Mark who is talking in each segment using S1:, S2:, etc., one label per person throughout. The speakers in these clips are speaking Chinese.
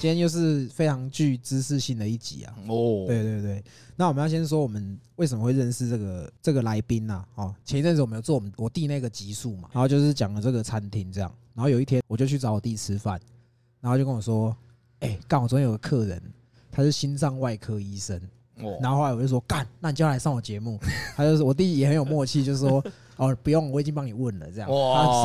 S1: 今天又是非常具知识性的一集啊。
S2: 哦，
S1: 对对对，那我们要先说我们为什么会认识这个这个来宾呐、哦，前一阵子我们有做我们我弟那个集数嘛，然后就是讲了这个餐厅这样，然后有一天我就去找我弟吃饭，然后就跟我说，哎、干我昨天有个客人，他是心脏外科医生，
S2: 哦，
S1: 然后后来我就说干，那你就要来上我节目。 他就是我弟也很有默契，就是说哦不用，我已经帮你问了这样。
S2: 哇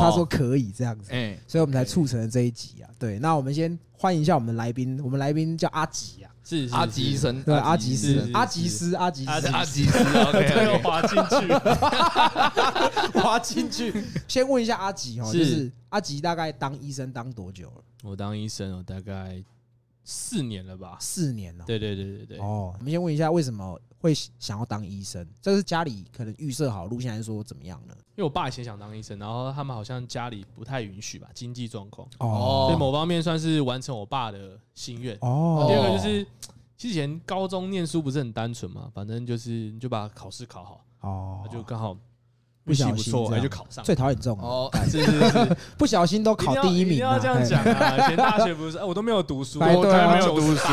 S1: 他他说可以这样子，
S2: 哎，
S1: 所以我们才促成了这一集啊。对，那我们先欢迎一下我们来宾，我们来宾叫阿吉啊，
S3: 是
S2: 阿吉医，生，
S1: 对阿吉
S2: 吉医
S3: 是是
S1: 斯
S2: 生，
S1: 阿吉斯阿吉
S3: 阿
S1: 斯，
S2: 阿吉斯，OK，
S3: 又滑进去，
S1: 滑进去。先问一下阿吉哦，
S3: 是
S1: 就是阿吉大概当医生当多久了？
S3: 我当医生哦，大概四年了吧？
S1: 四年了。
S3: 对对对对对，
S1: 哦，我们先问一下为什么会想要当医生？这是家里可能预设好路线，还是说怎么样呢？
S3: 因为我爸以前想当医生，然后他们好像家里不太允许吧，经济状况，
S2: 哦
S3: 所以某方面算是完成我爸的心愿。
S1: 哦
S3: 第二个就是，其实以前高中念书不是很单纯嘛，反正就是你就把考试考好，
S1: 哦
S3: 他就刚好
S1: 不小
S3: 运
S1: 心
S3: 气不错，
S1: 这
S3: 哎
S1: 样
S3: 就考上。啊
S1: 最讨厌这种人，
S2: 哦，
S3: 是是是，
S1: 不小心都考第名
S3: 定
S1: 啊
S3: 要这样
S1: 嘿
S3: 讲啊！以前大学不是，哎我都没有读 书，
S1: 哎
S2: 我
S1: 对啊
S2: 才没有读 书，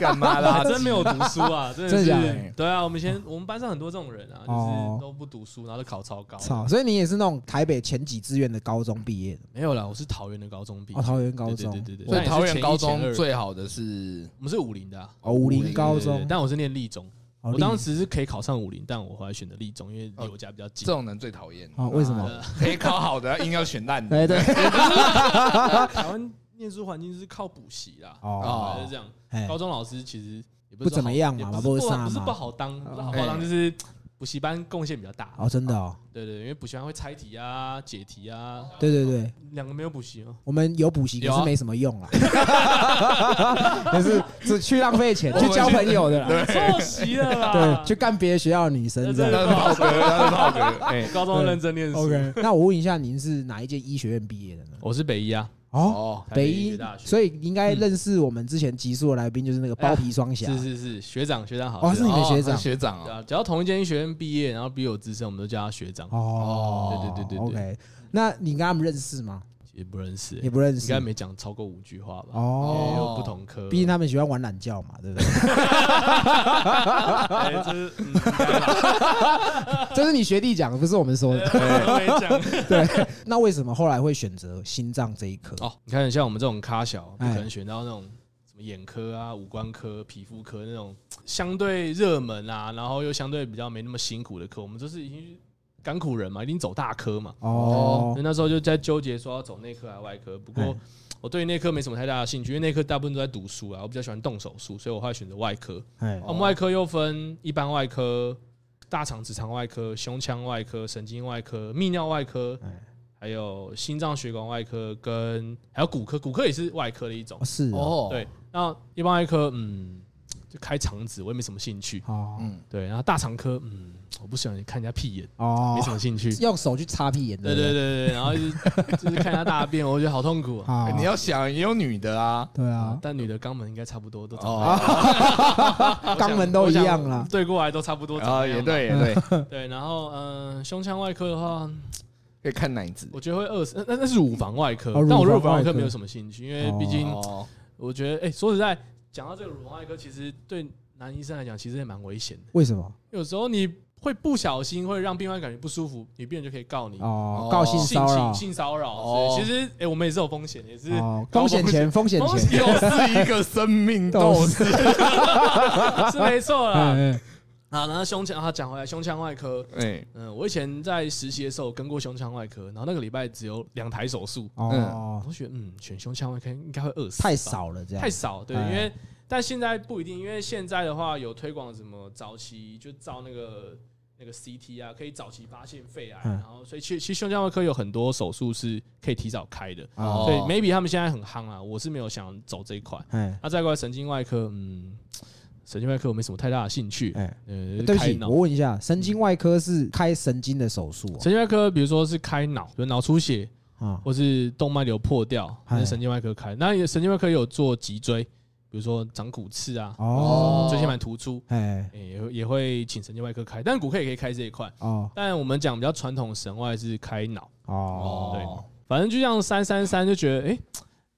S2: 干嘛啦
S3: 啊，？真没有读书啊，真
S1: 真
S3: 的
S1: 的
S3: 是
S1: 假的
S3: 对啊，我们以前我们班上很多这种人啊，
S1: 哦
S3: 就是都不读书，然后都考超高。
S1: 操！所以你也是那种台北前几志愿的高中毕业的
S3: 没有啦，我是桃园的高中毕业
S1: 哦，，桃园高中，
S3: 对对对对
S2: 所以桃园高中
S3: 所以
S2: 最好的是
S3: 我们是武林的啊，
S1: 哦，武
S2: 武
S1: 林
S2: 林
S1: 高
S3: 对对对
S1: 中，
S3: 但我是念立中，
S1: 哦
S3: 我
S1: 立
S3: 当时是可以考上武林，但我后来选择立中，因为离我家比较
S2: 这
S3: 近。
S2: 种人最讨厌
S1: 哦为什 么
S2: 啊可以考好的，硬要选烂
S1: 对
S2: 的，
S1: 对对
S3: 台湾念书环境是靠补习啦，
S1: 哦，
S3: 啊就是这样。
S1: 哎
S3: 高中老师其实也
S1: 不
S3: 不是说
S1: 怎么样
S3: 好
S1: 嘛
S3: 也
S1: 嘛不
S3: 不
S1: 会
S3: 是不
S1: 上
S3: 不是
S1: 嘛
S3: 不好当，不是好
S2: 哎
S3: 当就是补习班贡献比较大。
S1: 哦，真的哦，
S3: 对对，因为补习班会拆题啊、解题啊，
S1: 对对对，
S3: 两个没有补习哦。
S1: 我们有补习，
S2: 有
S1: 可
S2: 啊
S1: 是没什么用啦，可是只去浪费钱，
S2: 我
S1: 去
S2: 们
S1: 交朋友的啦，
S3: 错席了啦。
S1: 对，去干别的学校的女生这样。
S3: 对
S2: 那是炮哥，那是炮哥，哎，
S3: 高中认真念书。
S1: OK，那我问一下，您是哪一届医学院毕业的呢？
S3: 我是北医啊，
S1: 哦，
S2: 哦，
S3: 台
S1: 北
S3: 北医
S1: 医
S3: 学大，学
S1: 所以应该认识我们之前集数的来宾，就是那个包皮双侠。
S3: 是是是，学长学长好。
S1: 哦
S3: 学长
S1: 是你的
S2: 哦
S1: 学长
S2: 是学长
S3: 好对
S2: 哦，
S3: 啊，只要同一间学院毕业，然后比我资深，我们都叫他学长。
S1: 哦，
S3: 对对对对对
S1: OK，那你跟他们认识吗？
S3: 其实不认识，
S1: 也
S3: 应
S1: 不认识
S3: 该。没讲超过五句话吧？
S1: 哦，
S3: 也有不同科，
S1: 毕竟他们喜欢玩懒觉嘛，对不对？
S3: 哎这是 嗯应该吧
S1: 这是你学弟讲的，不是我们说的。
S3: 我没讲。
S1: 对，那为什么后来会选择心脏这一科？
S3: 哦，你看像我们这种咖小，不
S1: 哎
S3: 可能选到那种什么眼科啊、五官科、皮肤科那种相对热门啊，然后又相对比较没那么辛苦的科，我们就是已经甘苦人嘛，一定走大科嘛。所
S1: 哦
S3: 以，那时候就在纠结说要走内科还是外科，不过
S1: 哎
S3: 我对于内科没什么太大的兴趣，因为内科大部分都在读书啊，我比较喜欢动手术，所以我后来选择外科。
S1: 哎
S3: 我们外科又分一般外科、大肠直肠外科、胸腔外科、神经外科、泌尿外科
S1: 哎，
S3: 还有心脏血管外科跟还有骨科，骨科也是外科的一种
S1: 哦。是哦，
S2: 哦，
S3: 对，那一般外科，嗯，就开肠子我也没什么兴趣。
S1: 哦
S2: 嗯，
S3: 对，然后大肠科，嗯，我不喜欢看人家屁眼，没什
S1: 哦，
S3: 么兴趣。
S1: 用手去擦屁眼的。
S3: 对对对对，对然 后就是就是看人家大便，我觉得好痛苦啊。
S1: 啊，
S2: 哎你要想也有女的啊，
S1: 对 啊，
S3: 但女的肛门应该差不多都长那样，
S2: 哦，
S3: 我想
S1: 肛门都一样啦
S3: 我想对过来都差不多长
S2: 啊
S3: 那样
S2: 也
S3: 吧。
S1: 嗯
S2: 对也对，
S3: 对，然后嗯、呃胸腔外科的话，
S2: 可以看奶子，
S3: 我觉得会饿死。那那那是乳房外科，
S1: 哦乳
S3: 但我对乳
S1: 房
S3: 房
S1: 外
S3: 外科
S1: 科
S3: 没有什么兴趣，因为毕竟
S2: 哦，
S3: 我觉得，哎、说实在，讲到这个乳房外科，其实对男医生来讲，其实也蛮危险的。
S1: 为什么？
S3: 有时候你会不小心会让病患感觉不舒服，你病人就可以告你
S1: 哦
S2: 哦，
S1: 告性
S3: 性
S1: 骚
S3: 侵、
S1: 扰。
S3: 性骚扰。
S2: 哦
S3: 所以其实，哎、我们也是有风险，也是
S1: 哦，
S3: 高
S1: 风险钱，风险
S3: 风
S1: 钱，
S3: 险
S2: 又是一个 生命
S1: 斗
S2: 斗
S1: 士
S2: 士，
S3: 是没错 啦。
S1: 哎哎
S3: 啊，然后胸腔，啊，讲回来，胸腔外科，
S2: 哎，
S3: 嗯，我以前在实习的时候跟过胸腔外科，然后那个礼拜只有两台手术，
S1: 哦，
S3: 我觉得嗯，选胸腔外科应该会饿死吧，
S1: 太少了，这样
S3: 太少，对，
S1: 哎
S3: 因为但现在不一定，因为现在的话有推广什么早期就照那个那个 CT 啊，可以早期发现肺癌，
S1: 嗯
S3: 然后所以其实其实胸腔外科有很多手术是可以提早开的，
S1: 哦
S3: 所以 maybe 他们现在很夯啊，我是没有想走这一块。
S1: 哎
S3: 那再过来神经外科，嗯，神经外科我没什么太大的兴趣，
S1: 哎，
S3: 呃，
S1: 对不
S3: 开
S1: 起，
S3: 脑
S1: 我。问一下，神经外科是开神经的手术哦
S3: 神经外科，比如说是开脑，比如脑出血，
S1: 啊？
S3: 或是动脉瘤破掉，那
S1: 哎
S3: 是神经外科开。那也神经外科有做脊椎，比如说长骨刺啊，
S1: 哦，
S3: 椎间盘突出，
S1: 哎，
S3: 诶也会也会请神经外科开，但骨科也可以开这一块。
S1: 哦
S3: 但我们讲比较传统神外是开脑，
S1: 哦，
S2: 哦，
S3: 反正就像三三三就觉得，诶，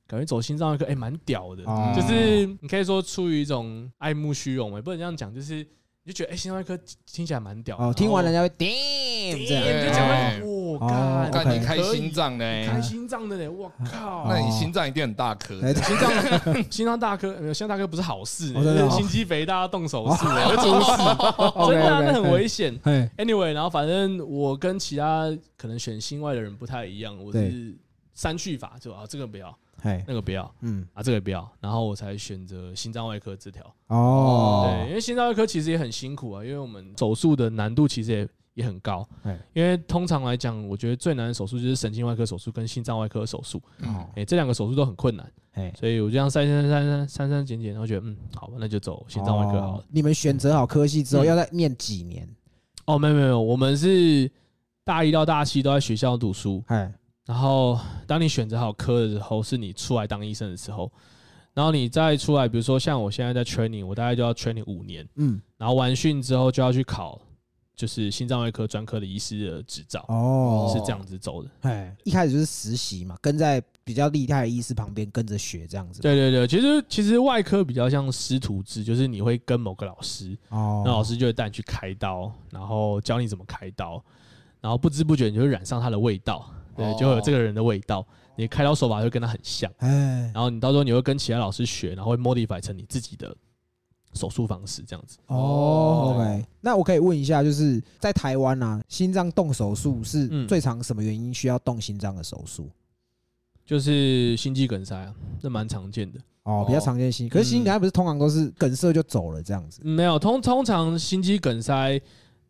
S3: 感觉走心脏外科哎蛮、屌的，
S1: 哦
S3: 就是你可以说出于一种爱慕虚荣，也不能这样讲，就是你就觉得哎、心脏外科听起来蛮屌的
S1: 哦，听完人
S3: 然后
S1: 家会 damn 这
S3: 哎
S1: 样，
S3: 你就讲到哇
S1: 哦
S3: 干，
S2: 但
S1: OK 哦
S2: 你开心脏的欸，
S3: 开心脏的嘞，我靠，
S2: 那你心脏一定很大颗。
S1: 哎
S3: 心脏心脏大哥，没有心脏大哥不是好事呢，
S1: 哦真的
S3: 就
S1: 哦
S3: 是心肌肥大家动手术哎，会出事， 真的啊那
S1: 哎
S3: 很危险。
S1: 嘿，
S3: Anyway，然后反正我跟其他可能选心外的人不太一样，我是三去法，就啊这个不要，
S1: 嘿，
S3: 那个不要，
S1: 嗯，
S3: 啊这个不要，然后我才选择心脏外科这条。
S1: 哦，
S3: 对，因为心脏外科其实也很辛苦啊，因为我们手术的难度其实也也很高
S1: 哎，
S3: 因为通常来讲，我觉得最难的手术就是神经外科手术跟心脏外科手术，
S1: 哦，
S3: 哎，这两个手术都很困难，
S1: 嘿，
S3: 所以我就这样删删删删删删减减，然后觉得嗯，好吧，那就走心脏外科好了
S1: 哦。你们选择好科系之后，
S3: 嗯
S1: 要再念几年？
S3: 哦，没有没有，没有我们是大一到大七都在学校读书，
S1: 嘿，
S3: 然后当你选择好科的时候，是你出来当医生的时候，然后你再出来，比如说像我现在在 training，我大概就要 training 五年，
S1: 嗯，
S3: 然后完训之后就要去考就是心脏外科专科的医师的执照，
S1: 哦，
S3: 是这样子走的。
S1: 哎，一开始就是实习嘛，跟在比较厉害的医师旁边跟着学这样子。，
S3: 对对对，其实其实外科比较像师徒制，就是你会跟某个老师，
S1: 哦，
S3: 那老师就会带你去开刀，然后教你怎么开刀，然后不知不觉你就会染上他的味道，对，
S2: 哦
S3: 就会有这个人的味道，你的开刀手法会跟他很像，
S1: 哎，
S3: 然后你到时候你会跟其他老师学，然后会 modify 成你自己的手术方式这样子。
S1: 哦
S2: 哦
S1: ，OK，那我可以问一下，就是在台湾啊，心脏动手术是
S3: 嗯
S1: 最常什么原因需要动心脏的手术？
S3: 就是心肌梗塞啊，这蛮常见的。
S1: 哦
S2: 哦，
S1: 比较常见心，可是心
S3: 嗯
S1: 梗它不是通常都是梗塞就走了这样子？
S3: 没有，通通常心肌梗塞，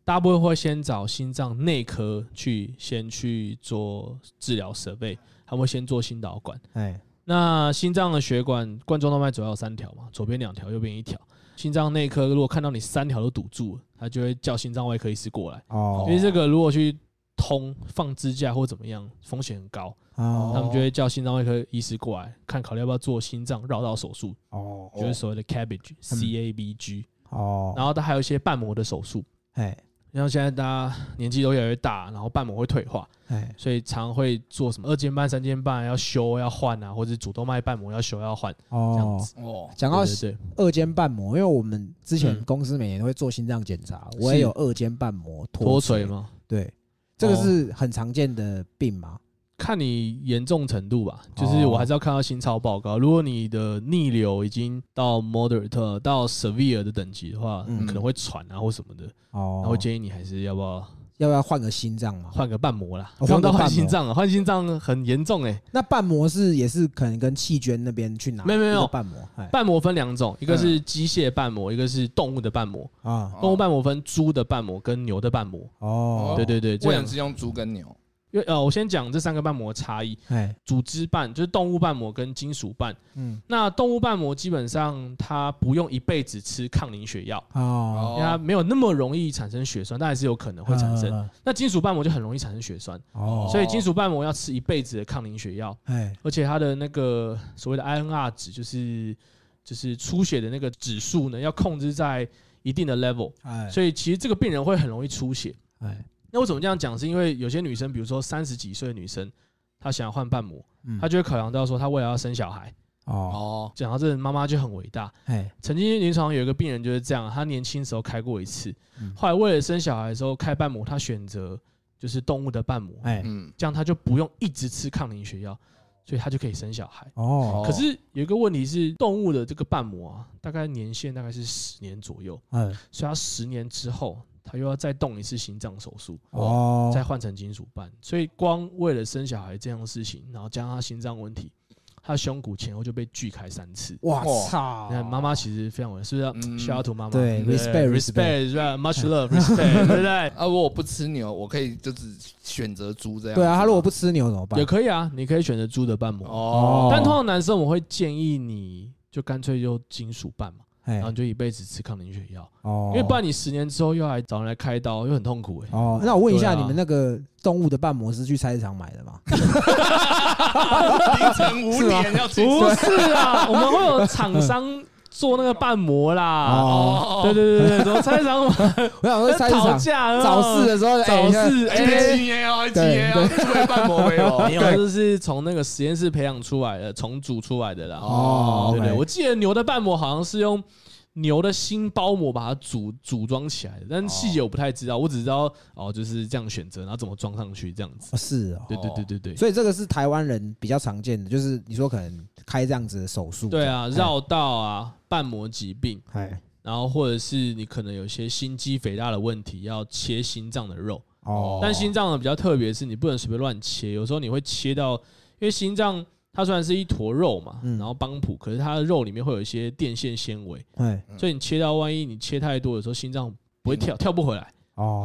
S3: 大部分会先找心脏内科去先去做治疗设备，他们会先做心导管。
S1: 哎，
S3: 那心脏的血管冠状动脉主要有三条嘛，左边两条，右边一条。心脏内科如果看到你三条都堵住了，他就会叫心脏外科医师过来，
S1: 哦，
S3: 因为这个如果去通放支架或怎么样，风险很高，
S1: 哦，
S3: 他们就会叫心脏外科医师过来看考虑要不要做心脏绕道手术，
S1: 哦嗯
S3: 就是所谓的 cabbage C A B G。
S1: 哦，
S3: 然后它还有一些瓣膜的手术，
S1: 哎
S3: 像现在大家年纪都越来越大，然后瓣膜会退化，
S1: 哎
S3: 所以常会做什么二尖瓣、三尖瓣要修要换啊，或者是主动脉瓣膜要修要换这样
S1: 哦
S3: 子。，
S2: 哦，
S1: 讲到
S3: 对对对
S1: 二尖瓣膜，因为我们之前
S3: 嗯
S1: 公司每年都会做心脏检查，我也
S3: 是
S1: 有二尖瓣膜
S3: 脱
S1: 脱
S3: 垂
S1: 垂？
S3: 吗？哦
S1: 对，这个是很常见的病嘛。
S3: 看你严重程度吧，
S1: 哦
S3: 就是我还是要看到心超报告。如果你的逆流已经到 moderate 呃到 severe 的等级的话，
S1: 嗯
S3: 可能会喘啊或什么的，
S1: 哦，
S3: 然后建议你还是要不要
S1: 要不要换个心脏嘛？
S3: 换个瓣膜啦，
S1: 哦
S3: 不用到
S1: 换个瓣膜
S3: 换心脏了，啊换心脏很严重哎、
S1: 那瓣膜是也是可能跟气捐那边去拿，
S3: 没有没有
S1: 一个瓣膜， 哎
S3: 瓣膜分两种，一个是机械瓣膜，一个是动物的瓣膜。
S1: 啊
S3: 动物
S2: 哦
S3: 瓣膜分猪的瓣膜跟牛的瓣膜。
S1: 哦，
S3: 对对对，这
S2: 为
S3: 样
S2: 什么。是用猪跟牛？
S3: 因为呃，我先讲这三个瓣膜的差异。
S1: 哎
S3: 组织瓣就是动物瓣膜跟金属瓣。
S1: 嗯
S3: 那动物瓣膜基本上它不用一辈子吃抗凝血药，因
S1: 哦
S3: 为它没有那么容易产生血栓，但还是有可能会产生。
S1: 嗯
S3: 那金属瓣膜就很容易产生血栓，
S1: 哦，
S3: 所以金属瓣膜要吃一辈子的抗凝血药，
S1: 哎
S3: 而且它的那个所谓的 INR 值，就是就是出血的那个指数呢，要控制在一定的 level，
S1: 哎
S3: 所以其实这个病人会很容易出血。
S1: 哎
S3: 那为什么这样讲？是因为有些女生，比如说三十几岁的女生，她想要换瓣膜，
S1: 嗯
S3: 她就会考量到说她未来要生小孩。
S1: 哦
S2: 哦，
S3: 讲到这，妈妈就很伟大。
S1: 哎
S3: 曾经临床有一个病人就是这样，她年轻时候开过一次
S1: 嗯，
S3: 后来为了生小孩的时候开瓣膜，她选择就是动物的瓣膜，
S1: 哎
S2: 嗯，
S3: 这样她就不用一直吃抗凝血药，所以她就可以生小孩。
S1: 哦
S3: 可是有一个问题是，动物的这个瓣膜啊，大概年限大概是十年左右，
S1: 哎
S3: 所以她十年之后，她又要再动一次心脏手术。
S1: 哦
S3: 再换成金属瓣，所以光为了生小孩这样的事情，然后加上他心脏问题，他胸骨前后就被锯开三次。
S1: 哇
S2: 哇
S1: 操，
S3: 那妈妈其实非常伟大，是不是要
S2: 嗯
S3: shout out to 妈妈？
S1: 对
S3: 不
S1: respect，
S3: respect，是吧 ？Much love respect，对 不对？
S2: 啊，如果我不吃牛，我可以就只选择猪这样子
S1: 对
S2: 吗。
S1: 啊，他如果不吃牛怎么办
S3: 也？可以啊，你可以选择猪的瓣膜，
S2: 哦，
S3: 但通常男生我会建议你就干脆就金属瓣嘛，
S1: 哎
S3: 然后你就一辈子吃抗凝血药，
S1: 哦
S3: 啊因为不然你十年之后又要来找人来开刀，又很痛苦 哎。
S1: 哦，那我问一下，
S3: 对啊
S1: 你们那个动物的瓣膜是去菜市场买的吗？
S2: 凌晨五
S1: 是吗
S2: 点要去
S1: 啊
S3: 不是啊，我们会有厂商做那个瓣膜啦。
S1: 哦，
S3: 对对对对，怎么菜市 场
S1: 我想说菜市
S3: 讨
S1: 场
S3: 价有没有
S1: 早市的时候，哎
S3: 啊早市
S2: 哎，
S3: 哎。
S2: 今年哦，今
S1: 对
S2: 年哦，出来办摩没 有？
S3: 没有，就是从那个实验室培养出来的，重组出来的啦。
S1: 哦
S3: 对对，
S1: OK
S3: 我记得牛的瓣膜好像是用牛的心包膜把它组组装起来的，但细节我不太知道，我只知道哦就是这样选择，然后怎么装上去这样子。
S1: 哦是哦，
S3: 对对对对对，
S1: 所以这个是台湾人比较常见的，就是你说可能开这样子的手术，
S3: 对啊，
S1: 这样，
S3: 绕道啊，瓣膜疾病，
S1: 哎，
S3: 然后或者是你可能有些心肌肥大的问题，要切心脏的肉。
S1: 哦，
S3: 但心脏呢比较特别，是你不能随便乱切，有时候你会切到，因为心脏它虽然是一坨肉嘛，
S1: 嗯
S3: 然后帮浦，可是它的肉里面会有一些电线纤维，
S1: 哎，
S2: 嗯
S3: 所以你切到，万一你切太多，有时候心脏不会跳，
S2: 嗯
S3: 跳不回来，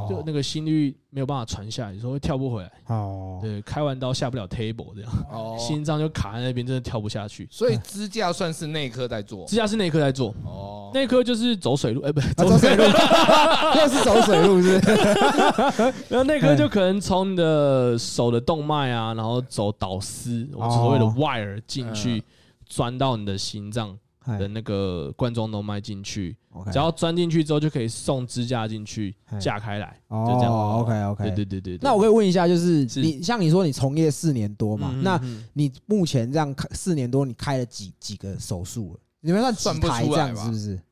S3: 就
S1: 哦，
S3: 那个心率没有办法传下来，有时候会跳不回来。
S1: 哦，
S3: 对，开完刀下不了 table 这样，
S2: 哦，
S3: 心脏就卡在那边，真的跳不下去。
S2: 所以支架算是内科在做
S3: 支架是内科在做，
S2: 哦，
S3: 内科就是走水路，哎、不是
S1: 啊
S3: 走水路，
S1: 又是走水路 是不是？
S3: 然后内科就可能从你的手的动脉啊，然后走导丝，
S1: 哦
S3: 我们所谓的 wire 进
S1: 嗯
S3: 去，钻到你的心脏的
S1: 哎
S3: 那个冠状动脉进去，
S1: ，OK，
S3: 只要钻进去之后就可以送支架进去
S1: 哎
S3: 架开来，就这样。
S1: 哦，OK
S3: 对
S1: OK，
S3: 对对对。对
S1: 那我可以问一下，就是
S3: 是
S1: 你像你说你从业四年多嘛，
S3: 嗯
S1: 那
S3: 嗯
S1: 你目前这样开四年多，你开了几几个手术了？你们算
S2: 算
S1: 几
S2: 不
S1: 台
S2: 出
S1: 这
S2: 来
S1: 样
S2: 吧
S1: 是不是？
S3: 嗯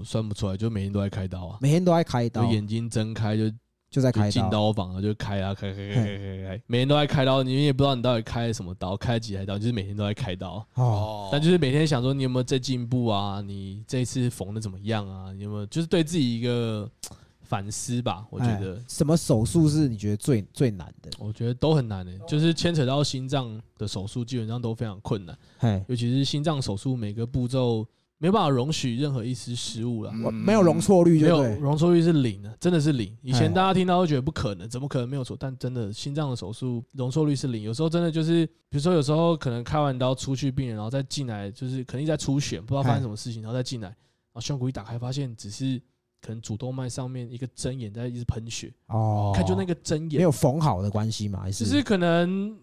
S3: 我算不出来，就每天都在开刀啊，
S1: 每天都在开
S3: 就
S1: 刀，
S3: 眼睛睁开就
S1: 就在
S3: 就
S1: 开
S3: 进
S1: 刀。
S3: 刀房啊，就开啊开开开开开开，每天都在开刀，你也不知道你到底开了什么刀，开了几台刀，就是每天都在开刀。
S1: 哦，
S2: 哦，
S3: 但就是每天想说你有没有在进步啊？你这一次缝的怎么样啊？你有没有就是对自己一个反思吧？我觉
S1: 哎
S3: 得，
S1: 什么手术是你觉得最最难的？
S3: 我觉得都很难的、欸就是牵扯到心脏的手术，基本上都非常困难，
S1: 嘿，
S3: 尤其是心脏手术每个步骤没有办法容许任何一丝失误啦。
S1: 我没有容错率
S3: 没
S1: 就
S3: 有
S1: 对。
S3: 容错率是零的，真的是零。以
S1: 哎
S3: 前大家听到都觉得不可能，怎么可能没有错？但真的心脏的手术容错率是零，有时候真的就是，比如说有时候可能开完刀出去病人，然后再进来，就是肯定在出血，不知道
S1: 哎
S3: 发生什么事情，然后再进来，然后胸骨一打开，发现只是可能主动脉上面一个针眼在一直喷血，
S1: 哦，
S3: 看就那个针
S1: 没
S3: 眼，
S1: 有缝好的关系嘛，还
S3: 只
S1: 是
S3: 是可能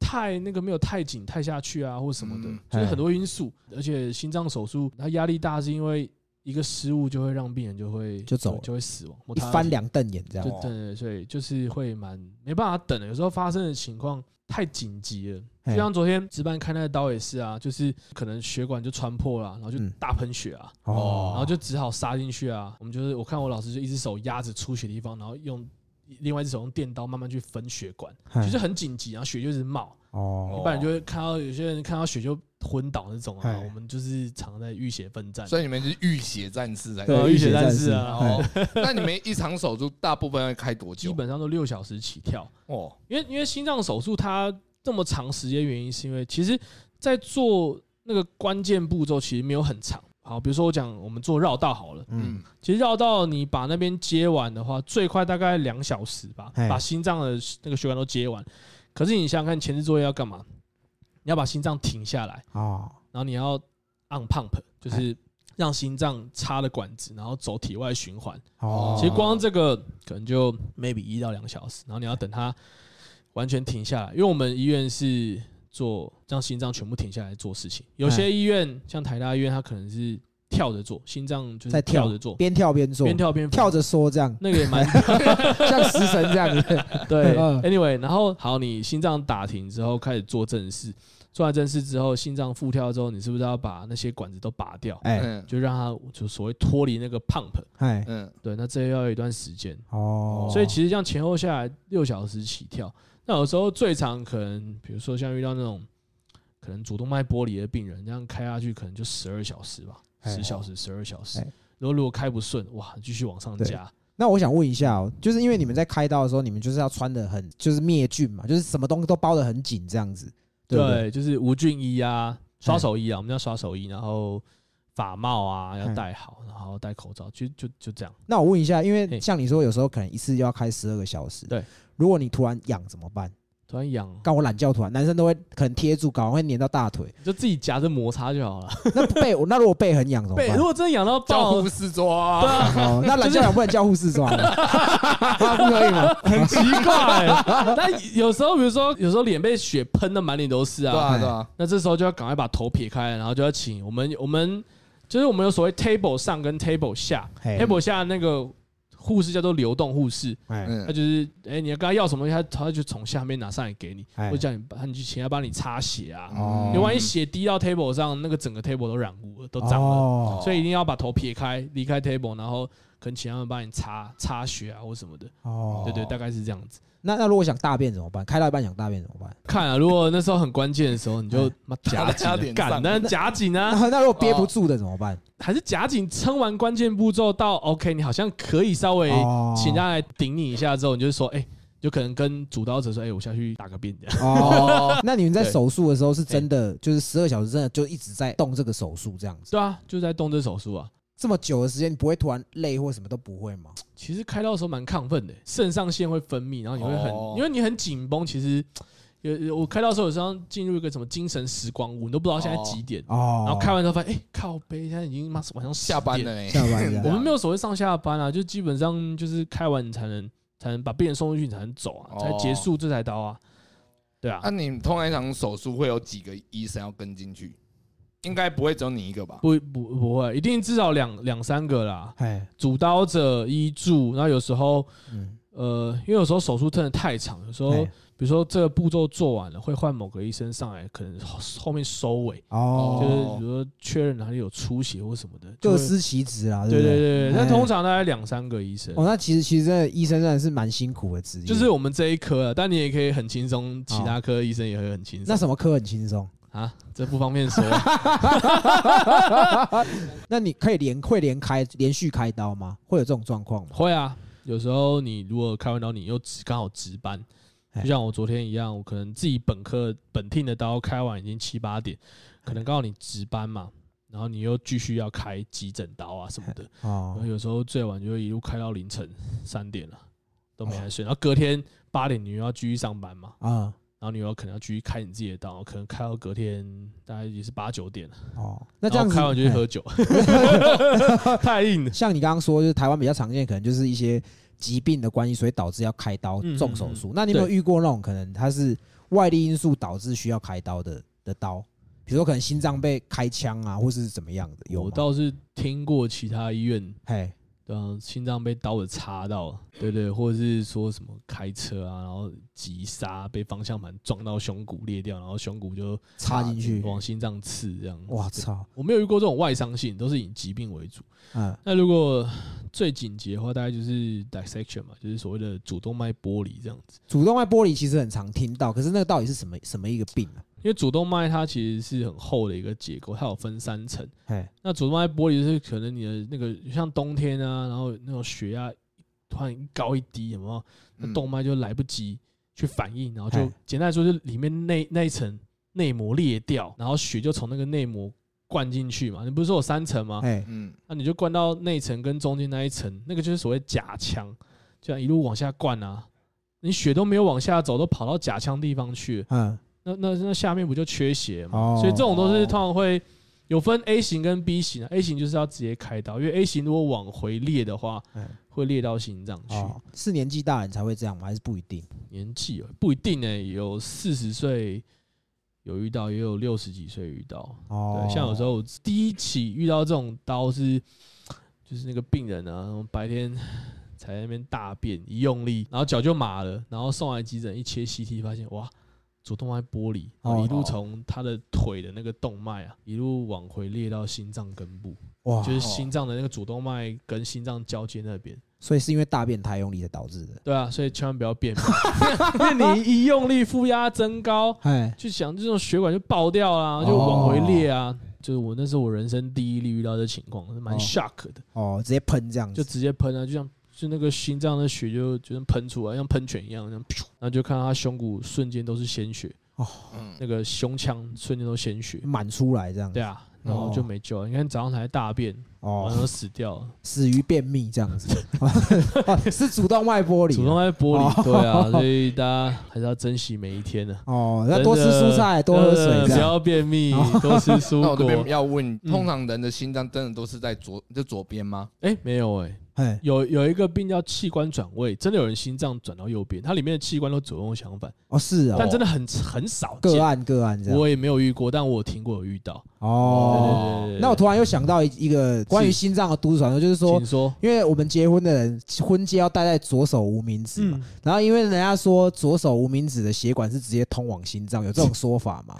S3: 太那个没有太紧太下去啊，或什么的
S2: 嗯，
S3: 就是
S1: 哎
S3: 很多因素。而且心脏手术它压力大，是因为一个失误就会让病人就会
S1: 就走了
S3: 就会死亡，
S1: 一翻两哦瞪眼这
S3: 就
S1: 样？
S3: 对对，所以就是会蛮没办法等的。有时候发生的情况太紧急了，
S1: 嘿
S3: 就像昨天值班开那个刀也是啊，就是可能血管就穿破了啊、然后就
S1: 嗯
S3: 大喷血啊，
S1: 哦，
S3: 然后就只好杀进去啊。我们就是我看我老师就一只手压着出血的地方，然后用另外一只手用电刀慢慢去分血管，
S1: 嘿
S3: 就是很紧急，然后血就一直冒，
S1: 哦
S2: 哦
S3: 一般人就会看到有些人看到血就昏倒那种啊
S1: 嘿。
S3: 我们就是常在浴血奋战，
S2: 所以你们是浴血战士在
S1: 对
S3: 呃
S1: 浴
S3: 浴
S1: 血
S3: 血
S1: 战
S3: 战
S1: 士
S3: 士啊，
S2: 哦，那你们一场手术大部分要开多
S3: 基
S2: 久？
S3: 本上都六小时起跳。
S2: 哦，
S3: 因为因为心脏手术它这么长时间，原因是因为其实在做那个关键步骤其实没有很长。好，比如说我讲我们做绕道好了，
S1: 嗯，
S2: 嗯，
S3: 其实绕道你把那边接完的话，最快大概两小时吧
S1: 嘿，
S3: 把心脏的那个血管都接完。可是你想想看，前置作业要干嘛？你要把心脏停下来，
S1: 哦，
S3: 然后你要 on pump，就是让心脏插了管子，然后走体外循环。
S1: 哦，
S3: 其实光这个可能就 maybe 一到两小时，然后你要等它完全停下来，因为我们医院是做让心脏全部停下来做事情。
S1: 哎
S3: 有些医院像台大医院，它可能是跳着做，心脏就
S1: 在
S3: 是
S1: 跳
S3: 跳着做，
S1: 哦边跳边做，
S3: 边跳边缝
S1: 跳，着说这样，
S3: 那个也 蛮
S1: 像食神这样子。
S3: 对
S1: 嗯。
S3: Anyway，然后好，你心脏打停之后开始做正事，做完正事之后，心脏复跳之后，你是不是要把那些管子都拔掉？
S1: 哎
S2: 嗯
S3: 就让它就所谓脱离那个 pump，
S1: 哎，
S2: 嗯，
S3: 对，那这要有一段时间，
S1: 哦，
S3: 所以其实这样前后下来六小时起跳，那有时候最长可能，比如说像遇到那种可能主动脉剥离的病人，这样开下去可能就十二小时吧，
S1: 哎
S3: 十小时、十二小时
S1: 哎。
S3: 然后如果开不顺，哇，继续往上
S1: 对
S3: 加。
S1: 那我想问一下哦，就是因为你们在开刀的时候，你们就是要穿的很，就是灭菌嘛，就是什么东西都包的很紧这样子，对不对？
S3: 对，就是无菌衣啊，刷手衣啊，我们叫刷手衣，然后法帽啊要
S1: 哎
S3: 戴好，然后戴口罩，就就就这样。
S1: 那我问一下，因为
S3: 嘿
S1: 像你说，有时候可能一次就要开十二个小时，
S3: 对，
S1: 如果你突然痒怎么办？
S3: 突然痒，
S1: 刚我懒觉突然，男生都会可能贴住，搞完会粘到大 腿。
S3: 就自己夹着摩擦就好了。
S1: 那背，那如果背很痒怎么
S3: 背
S1: 办
S3: 如？果真的痒到
S2: 叫
S3: 爆
S2: 护，士抓
S3: 对，啊，
S1: 哦，那懒觉痒不能叫护士抓吗， 不可以 吗？
S3: 很奇怪、 但有时候，比如说，有时候脸被血喷的满脸都是
S2: 对
S3: 啊，
S2: 啊，对啊，
S3: 那这时候就要赶快把头撇开，然后就要请我们我们就是我们有所谓 table 上跟 table 下
S1: 嘿
S3: ，table 下那个护士叫做流动护士，
S1: 哎
S3: 他
S2: 嗯，
S3: 就是哎、你要跟他要什么东西，他他就从下面拿上来给你，
S1: 哎
S3: 或者叫你帮他你去请他帮你擦血啊，
S1: 哦
S3: 你万一血滴到 table 上，那个整个 table 都染污了，都脏了，
S1: 哦
S3: 所以一定要把头撇开，离开 table，然后可能请他们帮你擦擦血啊或什么的，
S1: 哦
S3: 对对，大概是这样子。
S1: 那那如果想大便怎么办？开到一半想大便怎么办？
S3: 看啊，如果那时候很关键的时候，你就妈
S2: 插
S3: 夹紧啊
S2: 哎在他，脸
S3: 干
S2: 上
S3: 那夹紧啊，
S1: 那那如果憋不住的怎么办？
S3: 还是夹紧撑完关键步骤到哦 OK，你好像可以稍微
S1: 哦
S3: 请他来顶你一下之后，你就说哎、就可能跟主刀者说哎、我下去打个便这样。
S1: 哦，那你们在
S3: 对
S1: 手术的时候是真的，就是十二小时真的就一直在动这个手术这样子，
S3: 对啊，就在动这手术啊。
S1: 这么久的时间，你不会突然累或什么都不会吗？
S3: 其实开刀的时候蛮亢奋的，肾上腺会分泌，然后你会很，
S2: 哦
S3: 因为你很紧绷。其实有有我开刀的时候，有时候进入一个什么精神时光屋，你都不知道现在几点。
S1: 哦，
S3: 然后开完之后发现，哎、靠背，现在已经妈晚上10
S2: 下班
S3: 点
S2: 了呢，
S1: 下班了
S3: 我们没有所谓上下班啊，就基本上就是开完你才能才能把病人送出去，你才能走啊，
S2: 哦
S3: 才结束这台刀啊。对啊
S2: 那、，你通常一场手术会有几个医生要跟进去？应该不会只有你一个吧？
S3: 不不不会，一定至少两两三个啦。
S1: 哎，
S3: 主刀者、医助，然后有时候
S1: 嗯，
S3: 呃，因为有时候手术真的太长，有时候
S1: 哎
S3: 比如说这个步骤做完了，会换某个医生上来，可能后后面收尾，
S1: 哦，
S3: 就是比如说确认哪里有出血或什么的，就
S1: 各
S3: 会
S1: 司其职啦，
S3: 对
S1: 不
S3: 对对对。那
S1: 哎
S3: 通常大概两三个医生，
S1: 哦，那其实其实真的医生真的是蛮辛苦的职业，
S3: 就是我们这一科啊，但你也可以很轻松，其他科医生也会很轻松
S1: 那。什么科很轻松，
S3: 啊，这不方便说。
S1: 那你可以连会连开连续开刀吗？会有这种状况吗？
S3: 会啊，有时候你如果开完刀，你又值刚好值班，
S1: 哎
S3: 就像我昨天一样，我可能自己本科本听的刀开完已经七八点，可能刚好你值班嘛，然后你又继续要开急诊刀啊什么的，然
S1: 哦
S3: 后，有时候最晚就会一路开到凌晨三点了，都没来睡，然后隔天八点你又要继续上班嘛，
S1: 啊，
S3: 然后你又可能要继续开你自己的刀，可能开到隔天大概也是八九点了，
S1: 哦，那这样
S3: 然
S1: 子
S3: 后开完就去
S1: 哎
S3: 喝酒， 太硬 了。
S1: 像你刚刚说，就是台湾比较常见，可能就是一些疾病的关系，所以导致要开刀
S3: 嗯
S1: 动手术。那你有没有遇过那种可能它是外力因素导致需要开刀的的刀？比如说可能心脏被开枪啊，或是怎么样的？有
S3: 我
S1: 吗
S3: 倒是听过其他医院
S1: 嘿，
S3: 嗯，心脏被刀子插到，对对，或者是说什么开车啊，然后急刹被方向盘撞到胸骨裂掉，然后胸骨就
S1: 插进去
S3: 往心脏刺这样。
S1: 我！操，
S3: 我没有遇过这种外伤性，都是以疾病为主。
S1: 嗯，
S3: 那如果最紧急的话，大概就是 dissection 嘛，就是所谓的主动脉剥离这样子。
S1: 主动脉剥离其实很常听到，可是那个到底是什么什么一个病啊？
S3: 因为主动脉它其实是很厚的一个结构，它有分三层。
S1: 嘿，
S3: 那主动脉剥离就是可能你的那个像冬天啊，然后那种血压突然一高一低，有没有？那
S2: 嗯
S3: 动脉就来不及去反应，然后就
S1: 哎
S3: 简单来说，就是里面那那一层内膜裂掉，然后血就从那个内膜灌进去嘛。你不是说有三层吗？
S1: 嘿，
S2: 嗯，
S3: 那你就灌到内层跟中间那一层，那个就是所谓假腔，这样一路往下灌啊。你血都没有往下走，都跑到假腔地方去了，
S1: 嗯，
S3: 那那那下面不就缺血嘛？
S1: 哦
S3: 所以这种都是通常会有分 A 型跟 B 型啊。A 型就是要直接开刀，因为 A 型如果往回裂的话
S1: 哎，
S3: 会裂到心脏去。
S1: 哦，是年纪大人才会这样吗？还是不一定？
S3: 年纪哦不一定呢、有四十岁有遇到，也有六十几岁遇到。
S1: 哦，
S3: 对，像有时候我第一起遇到这种刀是，就是那个病人啊，然后白天 才在那边大便一用力，然后脚就麻了，然后送来急诊一切 CT 发现哇。主动脉剥离，然后
S1: 哦
S3: 一路从他的腿的那个动脉啊，一路往回裂到心脏根部，
S1: 哇
S3: 就，是心脏的那个主动脉跟心脏交接那边。
S1: 所以是因为大便太用力才导致的。
S3: 对啊，所以千万不要便秘， 因为你一用力负压增高，
S1: 嘿，
S3: 就想这种血管就爆掉啦、
S1: 哦
S3: 就往回裂啊。就是我那是我人生第一例遇到这情况，是蛮
S1: 哦
S3: shock 的，
S1: 哦，直接喷这样
S3: 就
S1: 子，
S3: 直接喷啊，就像就那个心脏的血就就像喷出来，像喷泉一样，这样，噗然后就看到他胸骨瞬间都是鲜血，
S1: 哦，嗯
S3: 那个胸腔瞬间都鲜血，
S1: 满出来这样子
S3: 对。啊，然后就没救了。你看早上才大便，晚
S1: 哦，
S3: 上死掉了，
S1: 死于便秘这样子， 哦是主动脉剥离啊，
S3: 主动脉剥
S1: 哦
S3: 离，对啊，所以大家还是要珍惜每一天啊。
S1: 哦，要多吃蔬菜，多喝
S3: 真
S1: 水
S3: 的
S1: 这
S3: 不
S1: 样。哦
S3: 要便秘，多吃 蔬
S2: 那我这边
S3: 果。嗯
S2: 要问，通常人的心脏真的都是在左就左边吗？
S3: 哎，没有哎，
S1: 嘿，
S3: 有有一个病叫器官转位，真的有人心脏转到右边，它里面的器官都左右相反，
S1: 哦是哦，
S3: 但真的很很少
S1: 个
S3: 见。
S1: 案个案这样，
S3: 我也没有遇过，但我有听过有遇到。
S1: 哦。
S2: 哦
S3: 对对对对对嗯
S1: 那我突然又想到一一个关于
S3: 是
S1: 心脏的都市传说，就是说
S3: 请，说，
S1: 因为我们结婚的人婚戒要戴在左手无名指嘛，
S3: 嗯，
S1: 然后因为人家说左手无名指的血管是直接通往心脏，有这种说法 吗？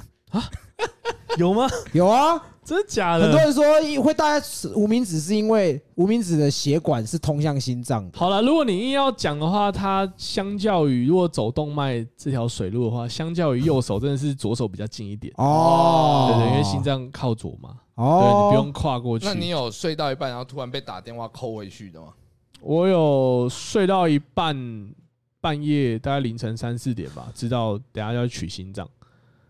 S3: 有吗？
S1: 有啊，
S3: 真的假
S1: 很多
S3: 的？
S1: 人说一会戴在无名指是因为无名指的血管是通向心脏的。
S3: 好了，如果你硬要讲的话，它相较于如果走动脉这条水路的话，相较于右手真的是左手比较近一点。
S1: 哦，
S3: 对对，因为心脏靠左嘛，对
S1: 哦，
S3: 你不用跨过去。
S2: 那你有睡到一半，然后突然被打电话扣回去的吗？
S3: 我有睡到一半，半夜大概凌晨三四点吧，知道等下要取心脏。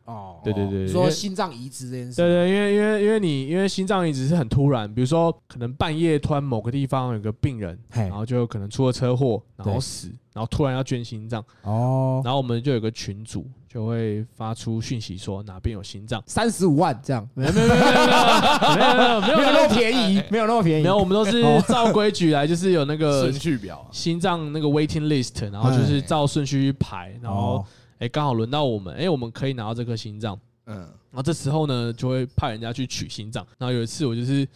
S1: 哦，
S3: 对对对，
S1: 你
S3: 因
S1: 说
S3: 为
S1: 心脏移植这件事，
S3: 对对，因为因为因为你因为心脏移植是很突然，比如说可能半夜突然某个地方有个病人，
S1: 嘿
S3: 然，后就可能出了车祸，然后
S1: 对
S3: 死，然后突然要捐心脏，
S1: 哦，，
S3: 然后我们就有个群组就会发出讯息说哪边有心 脏
S1: 三十五万这样，没有没有
S3: 没有没有没有
S1: 没有
S3: 没
S1: 那
S3: 有
S1: 么便宜，没有那么便宜，
S3: 没有，我们都是
S1: 哦
S3: 照规矩来，就是有那个
S2: 顺序表啊，
S3: 心脏那个 waiting list，然后就是照顺序去排，然
S1: 哎
S3: 后
S1: 哦
S3: 哎刚好轮到我们，哎我们可以拿到这颗心脏，
S2: 嗯，
S3: 然后这时候呢就会派人家去取心脏。然后有一次我就是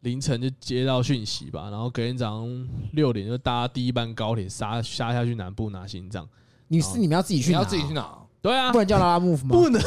S3: 凌晨就接到讯息吧，然后隔天早上六点就搭第一班高铁杀杀下去南部拿心脏。
S1: 你是你们要自己去
S2: 你
S1: 拿，
S2: 要自己去拿，
S3: 对啊
S1: 不，能叫拉拉木夫吗？
S3: 不能，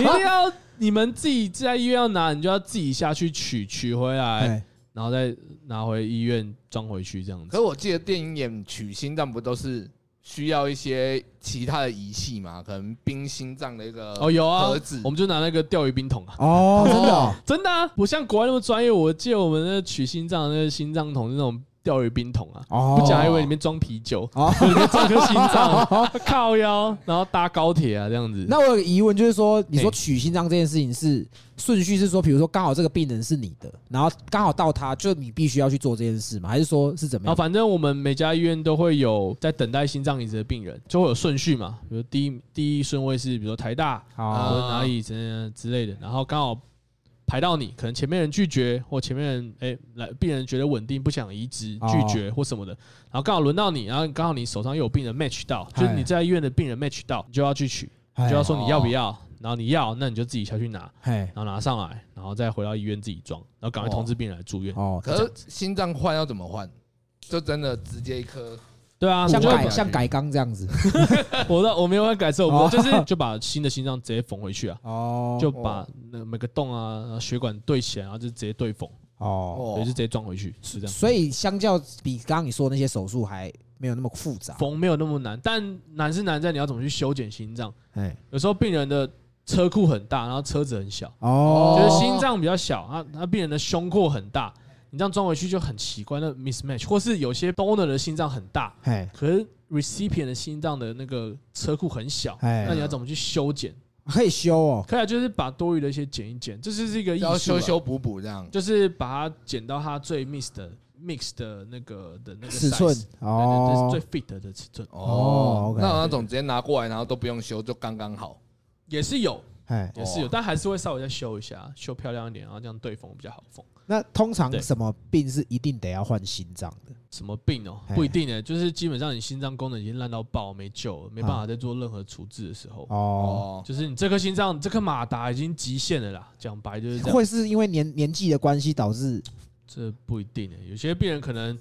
S3: 一定要你们自己在医院要拿，你就要自己下去取取回来，
S1: 哎，
S3: 然后再拿回医院装回去这样
S2: 可
S3: 子
S2: 是。我记得电影演取心脏不都是需要一些其他的仪器嘛？可能冰心脏的一个
S3: 哦，有啊
S2: 盒子，
S3: 我们就拿那个钓鱼冰桶啊。
S1: 哦，真的哦，
S3: 真的啊，不像国外那么专业。我记得我们那取心脏的那个心脏桶是那种钓鱼冰桶啊，
S1: 哦，
S3: 不讲还以为里面装啤酒，
S1: 哦
S3: 里面装颗心脏，靠腰，然后搭高铁啊这样子。
S1: 那我有个疑问，就是说，你说
S3: 嘿
S1: 取心脏这件事情是顺序是说，比如说刚好这个病人是你的，然后刚好到他，就你必须要去做这件事吗？还是说是怎么
S3: 然
S1: 样？
S3: 后反正我们每家医院都会有在等待心脏移植的病人，就会有顺序嘛，比如第一第一顺位是比如说台大
S1: 好
S2: 啊
S3: 或者哪里之之类的，然后刚好排到你，可能前面人拒绝，或前面人哎、来病人觉得稳定不想移植
S1: 哦
S3: 拒绝或什么的，然后刚好轮到你，然后刚好你手上又有病人 match 到，
S1: 嗨
S3: 就是你在医院的病人 match 到，你就要去取，
S1: 哎哦
S3: 就要说你要不要，然后你要，那你就自己下去拿，
S1: 嘿，
S3: 然后拿上来，然后再回到医院自己装，然后赶快通知病人来住院。
S1: 哦，
S2: 可是心脏换要怎么换？就真的直接一颗
S3: 对啊，
S1: 像
S3: 我就
S1: 改
S2: 把
S1: 像改缸这样子，
S3: 我的我没有办法改正，我
S1: 哦
S3: 们就是就把新的心脏直接缝回去啊，
S1: 哦，
S3: 就把那每个洞啊然后血管对起来，然后就直接对缝，
S1: 哦，
S3: 对，就直接装回去，是这样。
S1: 所以相较比刚刚你说的那些手术还没有那么复杂，
S3: 缝没有那么难，但难是难在你要怎么去修剪心脏。
S1: 哎，
S3: 有时候病人的车库很大，然后车子很小，
S1: 哦，
S3: 就是心脏比较小，啊，那病人的胸廓很大，你这样装回去就很奇怪，那 mismatch，或是有些 donor 的心脏很大，
S1: 嘿，
S3: 可是 recipient 的心脏的那个车库很小，
S1: 哎
S3: 那你要怎么去修剪？
S1: 可以修哦，
S3: 可以啊就是把多余的一些剪一剪，这就是一个艺术啊，
S2: 要修修补补这样。
S3: 就是把它剪到它最 mix 的 mix 的那个的那个
S1: 尺寸
S3: size，对哎
S1: 哦，
S3: 对对，是最 fit 的尺寸，
S1: 哦，OK
S2: 那那种直接拿过来，然后都不用修，就刚刚好。
S3: 也是有。
S1: 哎，
S3: 也是有，
S2: 哦
S3: 但还是会稍微再修一下，修漂亮一点，然后这样对缝比较好缝。
S1: 那通常
S3: 对
S1: 什么病是一定得要换心脏的？
S3: 什么病哦、
S1: 嘿
S3: 不一定呢、就是基本上你心脏功能已经烂到爆，没救了，没办法再做任何处置的时候，
S1: 哦，
S2: 哦，
S3: 就是你这颗心脏这颗马达已经极限了啦。讲白就是这样，
S1: 会是因为年年纪的关系导致
S3: 这不一定呢、有些病人可能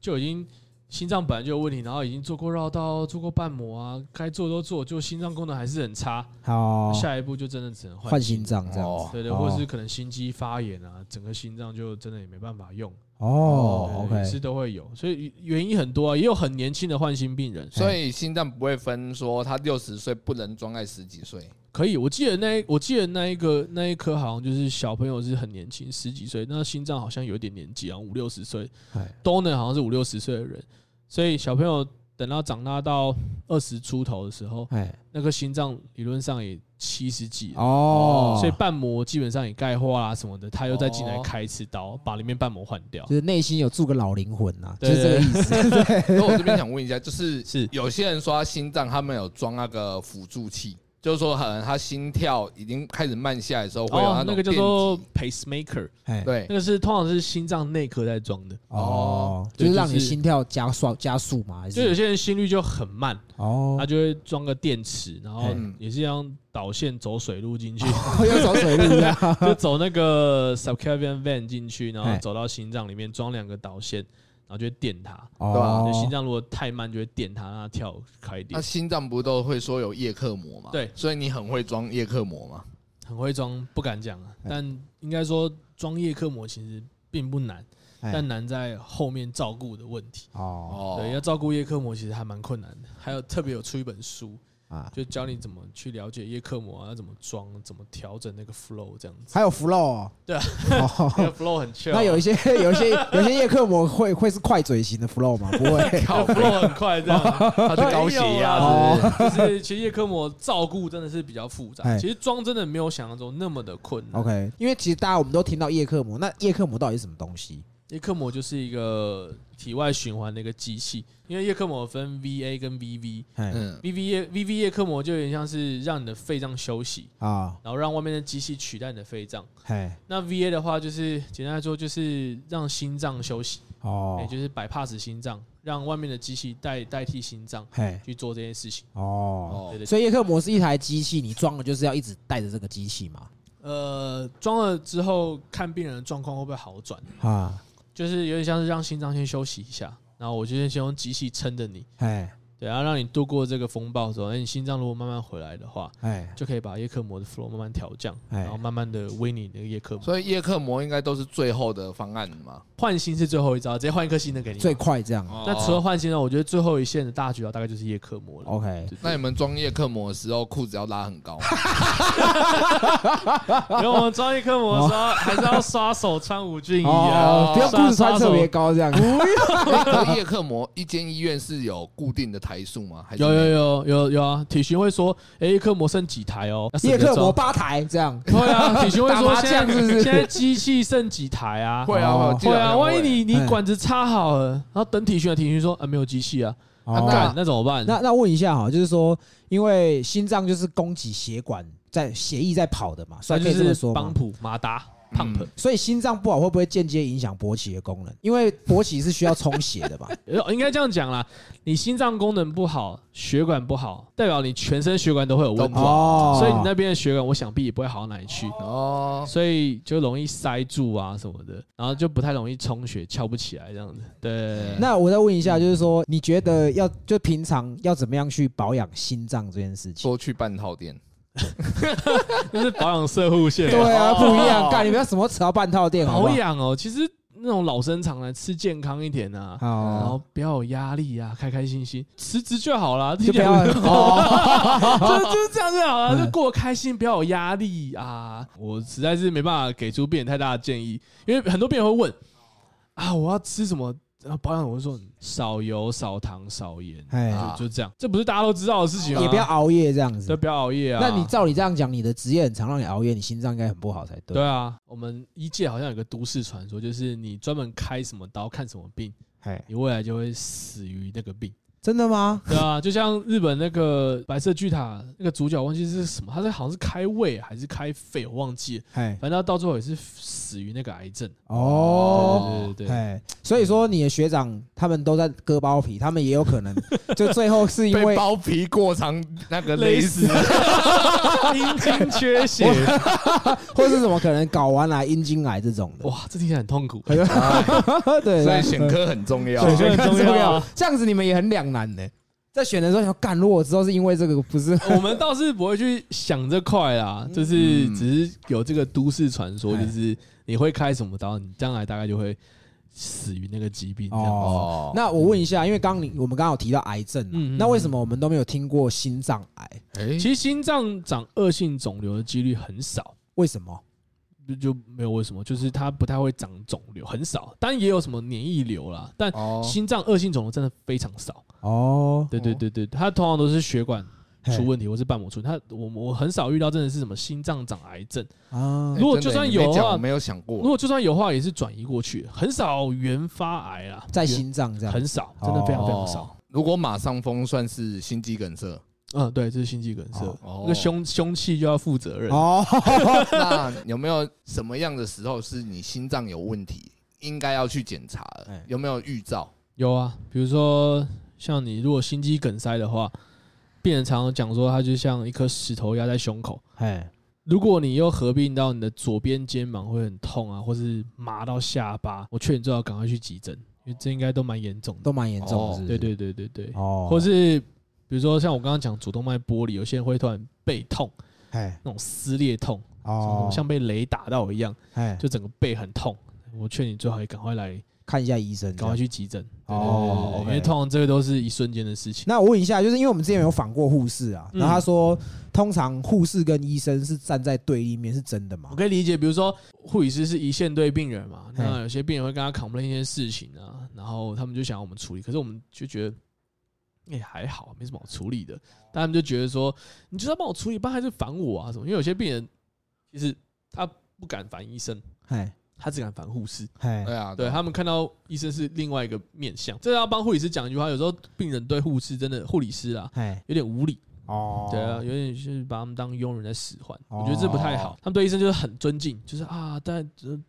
S3: 就已经心脏本来就有问题，然后已经做过绕道、做过瓣膜啊，该做都做，就心脏功能还是很差，
S1: 好
S3: 下一步就真的只能
S1: 哦换心
S3: 心。
S1: 脏这样子
S2: 哦
S3: 对对，
S1: 哦
S3: 或者是可能心肌发炎啊，整个心脏就真的也没办法用。
S1: 哦
S3: 对也
S1: ，OK，
S3: 是都会有，所以原因很多啊，也有很年轻的换心病人，
S2: 所以心脏不会分说他六十岁不能装在十几 岁。
S3: 可以。我记得那我记得那一个那一颗好像就是小朋友是很年轻，十几岁，那心脏好像有一点年纪，然啊后五六十岁
S1: 哎
S3: ，donor 好像是五六十岁的人，所以小朋友等到长大到二十出头的时候，
S1: 哎
S3: 那个心脏理论上也七十几了。
S1: 哦，
S3: 所以瓣膜基本上也钙化啊什么的，他又再进来
S2: 哦
S3: 开一次刀，把里面瓣膜换掉
S1: 就。是内心有住个老灵魂啊呐，就
S3: 对
S1: 是这个意 思。对，
S2: 所以我这边想问一下，就是
S3: 是
S2: 有些人说他心脏他们有装那个辅助器，就是说可能他心跳已经开始慢下来的时候，会有
S3: 哦，
S2: 那
S3: 那
S2: 种
S3: 个叫
S2: 电
S3: 做
S2: 击
S3: pacemaker，
S1: 哎，
S2: 对
S3: 那个是通常是心脏内科在装的，
S2: 哎
S1: 哦，
S3: 对
S1: 就是让
S3: 就
S1: 你
S3: 是
S1: 心跳加速加速嘛，还
S3: 就有
S1: 是
S3: 些啊人心率就很慢，
S1: 哦
S3: 他，就会装个电池，然后
S2: 嗯
S3: 也是一样导线走水路进去，
S1: 要走水路的，
S3: 就走那个 subclavian vein 进去，然后
S1: 哎
S3: 走到心脏里面装两个导线，然后就会电它。
S2: 啊
S1: 哦
S3: 就心脏如果太慢，就会电它，让它跳快一
S2: 那
S3: 点。
S2: 心脏不都会说有叶克膜嘛？
S3: 对
S2: 所以你很会装叶克膜嘛？
S3: 很会装，不敢讲啊，但应该说装叶克膜其实并不难，
S1: 哎
S3: 但难在后面照顾的问题。
S1: 哦
S2: 哦，
S3: 对，要照顾叶克膜其实还蛮困难的，还有特别有出一本书，
S1: 啊，
S3: 就教你怎么去了解叶克膜啊，要怎么装，怎么调整那个 flow 这样子。
S1: 还有 flow，哦
S3: 对啊 那
S1: 哦
S3: 个 flow 很
S2: 啊
S3: chill，
S1: 那有一些有一些有些叶克膜会会是快嘴型的 flow 吗？不会
S2: 靠背，
S3: flow 很快这样。
S2: 他是高血压是不是？
S3: 就是其实叶克膜照顾真的是比较复杂，
S1: 哎
S3: 其实装真的没有想象中那么的困难。
S1: ，OK，因为其实大家我们都听到叶克膜，那叶克膜到底是什么东西？
S3: 叶克膜就是一个体外循环的一个机器，因为叶克膜分 VA 跟 VV。
S1: 哎
S2: 嗯，
S3: VV 叶 VV 叶克膜就有点像是让你的肺脏休息，
S1: 啊，
S3: 然后让外面的机器取代你的肺脏。
S1: 哎
S3: 那 VA 的话，就是简单来说，就是让心脏休息，也
S1: 哦，
S3: 哎就是 bypass 心脏，让外面的机器代代替心脏
S1: 嘿
S3: 去做这件事情。
S1: 哦，
S2: 哦
S3: 对，对
S1: 所以叶克膜是一台机器，你装了就是要一直带着这个机器嘛，
S3: 呃，装了之后看病人的状况会不会好转，
S1: 啊，
S3: 就是有点像是让心脏先休息一下，然后我就先先用机器撑着你，
S1: 哎
S3: 对，然后让你度过这个风暴之后，哎，你心脏如果慢慢回来的话，
S1: 哎
S3: 就可以把叶克膜的 flow 慢慢调降，
S1: 哎
S3: 然后慢慢的微你那个叶克膜。
S2: 所以叶克膜应该都是最后的方案嘛？
S3: 换心是最后一招，直接换一颗新的给你。哦
S1: 最快这样
S3: 那除
S2: 车，
S3: 了换心呢，我觉得最后一线的大局啊，大概就是叶克膜了。
S1: ，OK，
S3: 对
S2: 那你们装叶克膜的时候，裤子要拉很 高，
S3: 然后我们装叶克膜的时候，还是要刷手穿无菌衣啊，
S1: 哦哦，不要
S3: 刷
S1: 裤子穿特别。高这样，
S2: 那叶克膜一间医院是有固定的台数吗？还
S3: 刷
S2: 是
S3: 手有
S2: 没
S3: 有有有有啊，体巡会说，哎，叶克膜剩几台哦？要省
S1: 叶
S3: 着
S1: 克膜
S3: 装。
S1: 八台这样，
S3: 对 啊，体巡会
S1: 打
S3: 说
S1: 麻
S3: 现在
S1: 将是不是
S3: 现在机器剩几台 啊？
S2: 会啊，
S1: 哦
S2: 我记得
S3: 会啊，
S2: 好像
S3: 万一你你
S1: 哎
S3: 管子插好了，然后等体巡的体巡说啊没有机器啊，啊
S1: 哦
S3: 干那怎么办？
S1: 那那问一下哈，就是说，因为心脏就是供给血管在血液在跑的嘛，所
S3: 那
S1: 以可
S3: 就
S1: 以这么
S3: 是
S1: 说嗯
S3: 邦
S1: 嘛。
S3: 普、马达、pump，
S1: 所以心脏不好会不会间接影响勃起的功能？因为勃起是需要充血 的嘛。
S3: 呃应该这样讲啦。你心脏功能不好，血管不好，代表你全身血管都会有问题，
S1: 哦
S3: 所以你那边的血管，我想必也不会好到哪里去，
S2: 哦，
S3: 所以就容易塞住啊什么的，然后就不太容易充血，翘不起来这样子。对，
S1: 那我再问一下，就是说，你觉得要就平常要怎么样去保养心脏这件事情？
S2: 说去半套店，
S3: 就是保养射护线，
S1: 对啊，
S2: 哦
S1: 不一样，干你不要什么扯到半套店好不
S3: 保
S1: 好？
S3: 养哦。其实那种老生常谈，吃健康一点啊。然
S1: 好，
S3: 后不要有压力啊，开开心心，辞职就好啦，
S1: 就不要哦，
S3: 就 就是这样就好了，
S1: 嗯
S3: 就过得开心，不要有压力啊！我实在是没办法给出病人太大的建议，因为很多病人会问啊，我要吃什么？然后保养，我就说嗯少油、少糖、少盐，
S1: 哎，
S3: 就就这样，这不是大家都知道的事情吗？
S1: 也不要，熬夜这样
S3: 对，
S1: 子。
S3: 不要熬夜啊！
S1: 那你照你这样讲，你的职业很常让你熬夜，你心脏应该很不好才对。
S3: 对啊，我们医界好像有个都市传说，就是你专门开什么刀看什么病，
S1: 哎，
S3: 你未来就会死于那个 病。
S1: 真的吗？
S3: 对啊，就像日本那个白色巨塔那个主角，忘记是什么，他是好像是开胃还是开肺，我忘记了。
S1: 哎，
S3: 反正他到最后也是死于那个癌症。
S1: 哦，
S3: 对对对对
S1: 哎，所以说你的学长他们都在割包皮，他们也有可能就最后是因
S2: 被
S1: 为
S2: 包皮过长那个
S3: 对，勒
S2: 勒死，，
S3: 死 阴茎 缺血，
S1: 或是什么可能睾丸癌、阴茎癌这种的，
S3: 哇，这听起来很痛苦。
S1: 对，
S2: 所
S1: 对
S2: 以选科很重要。
S1: 对
S3: 选
S1: 选
S3: 很
S1: 科
S3: 重
S1: 很重
S3: 要
S1: 要
S3: 啊，
S1: 这样子你们也很两难呢。在选的时候想干，如果我之后是因为这个不是
S3: 我们倒是不会去想这块啦，就是
S2: 嗯
S3: 只是有这个都市传说，
S1: 哎
S3: 就是你会开什么刀，你将来大概就会死于那个疾病。哦，
S1: 哦。
S2: 哦，
S1: 那我问一下，因为刚刚你我们刚好提到癌症啊
S3: 嗯嗯，
S1: 那为什么我们都没有听过心脏癌？
S2: 哎
S3: 其实心脏长恶性肿瘤的几率很少。
S1: 为什么？
S3: 就就没有为什么，就是它不太会长肿瘤，很少。当然也有什么免疫瘤啦，但
S2: 哦
S3: 心脏恶性肿瘤真的非常少。
S1: 哦，
S3: 对对对对，它通常都是血管
S1: 嘿
S3: 出问题或是瓣膜出问题。它我我很少遇到真的是什么心脏长癌症，
S1: 啊
S2: 哎
S3: 如果
S2: 真的
S3: 就算
S2: 你没
S3: 有的
S2: 讲
S3: 话
S2: 我没有想
S3: 如
S2: 过，
S3: 果就算有的话也是转移过去，很少原发癌啦，
S1: 在哦
S3: 原
S1: 心脏这样
S3: 很少，真的非常非常少。
S2: 哦。如果马上风算是心肌梗塞，
S3: 嗯，对，这是心肌梗塞
S1: 哦，
S2: 哦
S3: 那个凶凶器就要负责任。
S1: 哦，
S2: 那有没有什么样的时候是你心脏有问题，应该要去检查了
S1: 哎
S2: 有没有预兆？
S3: 有啊，比如说像你如果心肌梗塞的话，病人常常讲说他就像一颗石头压在胸口。
S1: 哎，
S3: 如果你又合并到你的左边肩膀会很痛啊，或是麻到下巴，我劝你最好赶快去急诊，因为这应该都蛮严重的。
S1: 都蛮严重的，
S2: 哦
S1: 是不
S3: 对
S1: 是，
S3: 对对对对，
S1: 哦，
S3: 或是比如说像我刚刚讲主动脉剥离，有些人会突然背痛，
S1: 哎，
S3: 那种撕裂痛，
S1: 哦，
S3: 像被雷打到一样，
S1: 哎，
S3: 就整个背很痛。我劝你最好也赶快来，
S1: 看一下医生，
S3: 赶快去急诊。对对
S1: 哦
S3: 对对对因
S1: OK
S3: 为通常这个都是一瞬间的事情。
S1: 那我问一下，就是因为我们之前有访过护士啊，
S3: 嗯
S1: 然后他说，通常护士跟医生是站在对立面，是真的吗
S3: 我？可以理解，比如说护理师是一线对病人嘛，
S1: 嘿
S3: 那有些病人会跟他 complain 一些事情啊，然后他们就想要我们处理，可是我们就觉得也、还好，没什么好处理的。但他们就觉得说，你就是要帮我处理，不然还是烦我啊什么？因为有些病人其实他不敢烦医生，
S1: 哎
S3: 他只敢烦护士。
S1: 哎
S2: 对啊，
S3: 对他们看到医生是另外一个面相，这要帮护理师讲一句话，有时候病人对护士真的护理师啊
S1: 哎，
S3: 有点无理，
S1: 哦，
S3: 对啊，有点是把他们当佣人在使唤，
S1: 哦
S3: 我觉得这不太好。他们对医生就是很尊敬，就是啊，在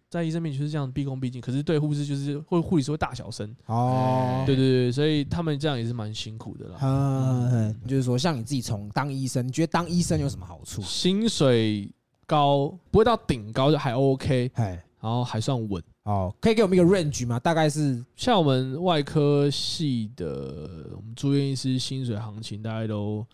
S3: 在医生面前就是这样毕恭毕敬，可是对护士就是会护理师会大小声，
S1: 哦，
S3: 对对对，所以他们这样也是蛮辛苦的啦。
S1: 啊，嘿就是说，像你自己从当医生，你觉得当医生有什么好处？
S3: 薪水高不会到顶高就还 OK，
S1: 哎，
S3: 然后还算稳。
S1: 哦，可以给我们一个 range 吗？大概是
S3: 像我们外科系的，我们住院医师薪水行情大概都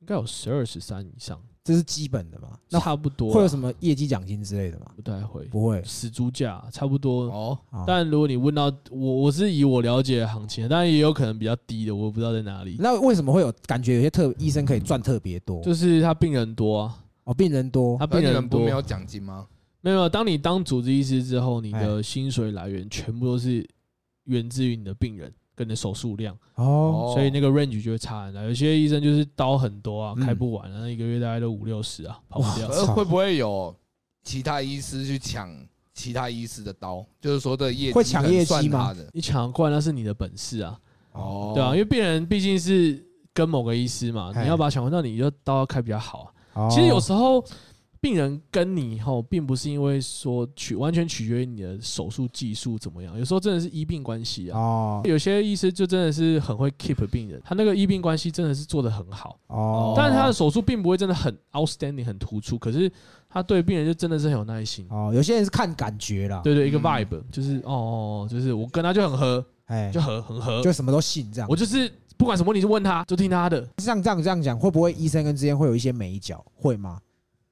S3: 应该有十二十三以上，
S1: 这是基本的嘛？那
S3: 差不多啊
S1: 会有什么业绩奖金之类的吗？
S3: 不太会，
S1: 不会，
S3: 死猪价差不多。
S2: 哦，
S1: 哦
S3: 但如果你问到我，我是以我了解的行情，当然也有可能比较低的，我不知道在哪里。
S1: 那为什么会有感觉有些特医生可以赚特别多？
S3: 就是他病人多啊，
S1: 哦，病人多
S3: 他
S2: 而
S3: 病
S2: 你们
S3: 人
S2: 不
S3: 多，
S2: 没有奖金吗？
S3: 没有。当你当主治医师之后，你的薪水来源全部都是源自于你的病人跟你的手术量，
S1: 哦，
S3: 所以那个 range 就会差很大。有些医生就是刀很多啊，
S1: 嗯
S3: 开不完啊，那一个月大概都五六十啊，跑不掉
S1: 哇。
S2: 可是呃会不会有其他医师去抢其他医师的刀？就是说这业绩
S1: 会抢业绩
S2: 可能算
S1: 吗
S2: 他的
S3: 你抢过来那是你的本事啊，
S2: 哦，
S3: 对啊，因为病人毕竟是跟某个医师嘛，
S1: 哎
S3: 你要把他抢回，那你就刀要开比较好啊。
S1: 哦
S3: 其实有时候病人跟你后，并不是因为说取完全取决于你的手术技术怎么样，有时候真的是医病关系啊。
S1: 哦
S3: 有些医师就真的是很会 keep 病人，他那个医病关系真的是做得很好，
S1: 哦，
S3: 但是他的手术并不会真的很 outstanding 很突出，可是他对病人就真的是很有耐心。
S1: 哦，有些人是看感觉啦，
S3: 对对，一个
S2: 嗯
S3: vibe 就是哦哦，哦就是我跟他就很合，
S1: 哎，
S3: 就合很合
S1: 就，什么都信这样。
S3: 我就是不管什么问题就问他，就听他的，
S1: 像这样这样讲，会不会医生跟之间会有一些美角？会吗？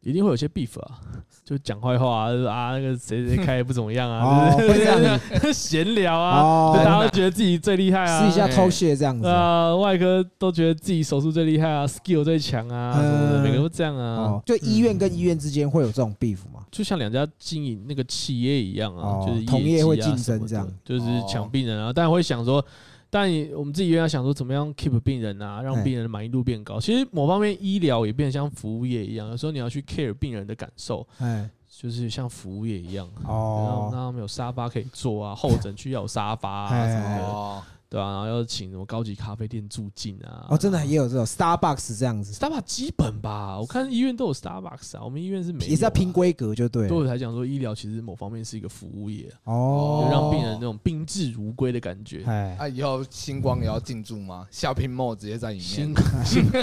S3: 一定会有些 beef 啊，就讲坏话啊，就是啊那个谁谁开得不怎么样
S1: 哦，
S3: 啊，就
S1: 会这
S3: 是
S1: 样子
S3: 闲聊啊，就大
S1: 哦，
S3: 家都觉得自己最厉害啊，
S1: 试一下偷窃这样子。
S3: 啊，外科都觉得自己手术最厉害啊，skill 最强啊，什么的，
S1: 嗯
S3: 每个都这样啊
S1: 哦，，就医院跟医院之间会有这种 beef 吗？
S3: 就像两家经营那个企业一样啊，
S1: 哦
S3: 就是业绩啊
S1: 同业会竞争
S3: 什么的
S1: 这样哦
S3: 就是抢病人啊，当然会想说。但我们自己也要想说，怎么样 keep 病人啊，让
S1: 哎
S3: 病人的满意度变高。其实某方面，医疗也变得像服务业一样，有时候你要去 care 病人的感受，
S1: 哎，
S3: 就是像服务业一样，让
S1: 哦，
S3: 他们有沙发可以坐啊，候诊区要有沙发啊
S1: 哎
S3: 什么的。
S2: 哦，
S3: 对啊，然后要请什么高级咖啡店住进啊？
S1: 哦，真的也有这种 Starbucks 这样子，
S3: Starbucks 基本吧，我看医院都有 Starbucks 啊，我们医院是没有啊
S1: 也是要拼。规格就对了。
S3: 对我才讲说，医疗其实某方面是一个服务业啊，就
S1: 哦，
S3: 让病人那种宾至如归的感觉。
S1: 哎，
S2: 那啊以后星光也要进驻吗？下屏幕直接在里
S3: 星
S2: 面，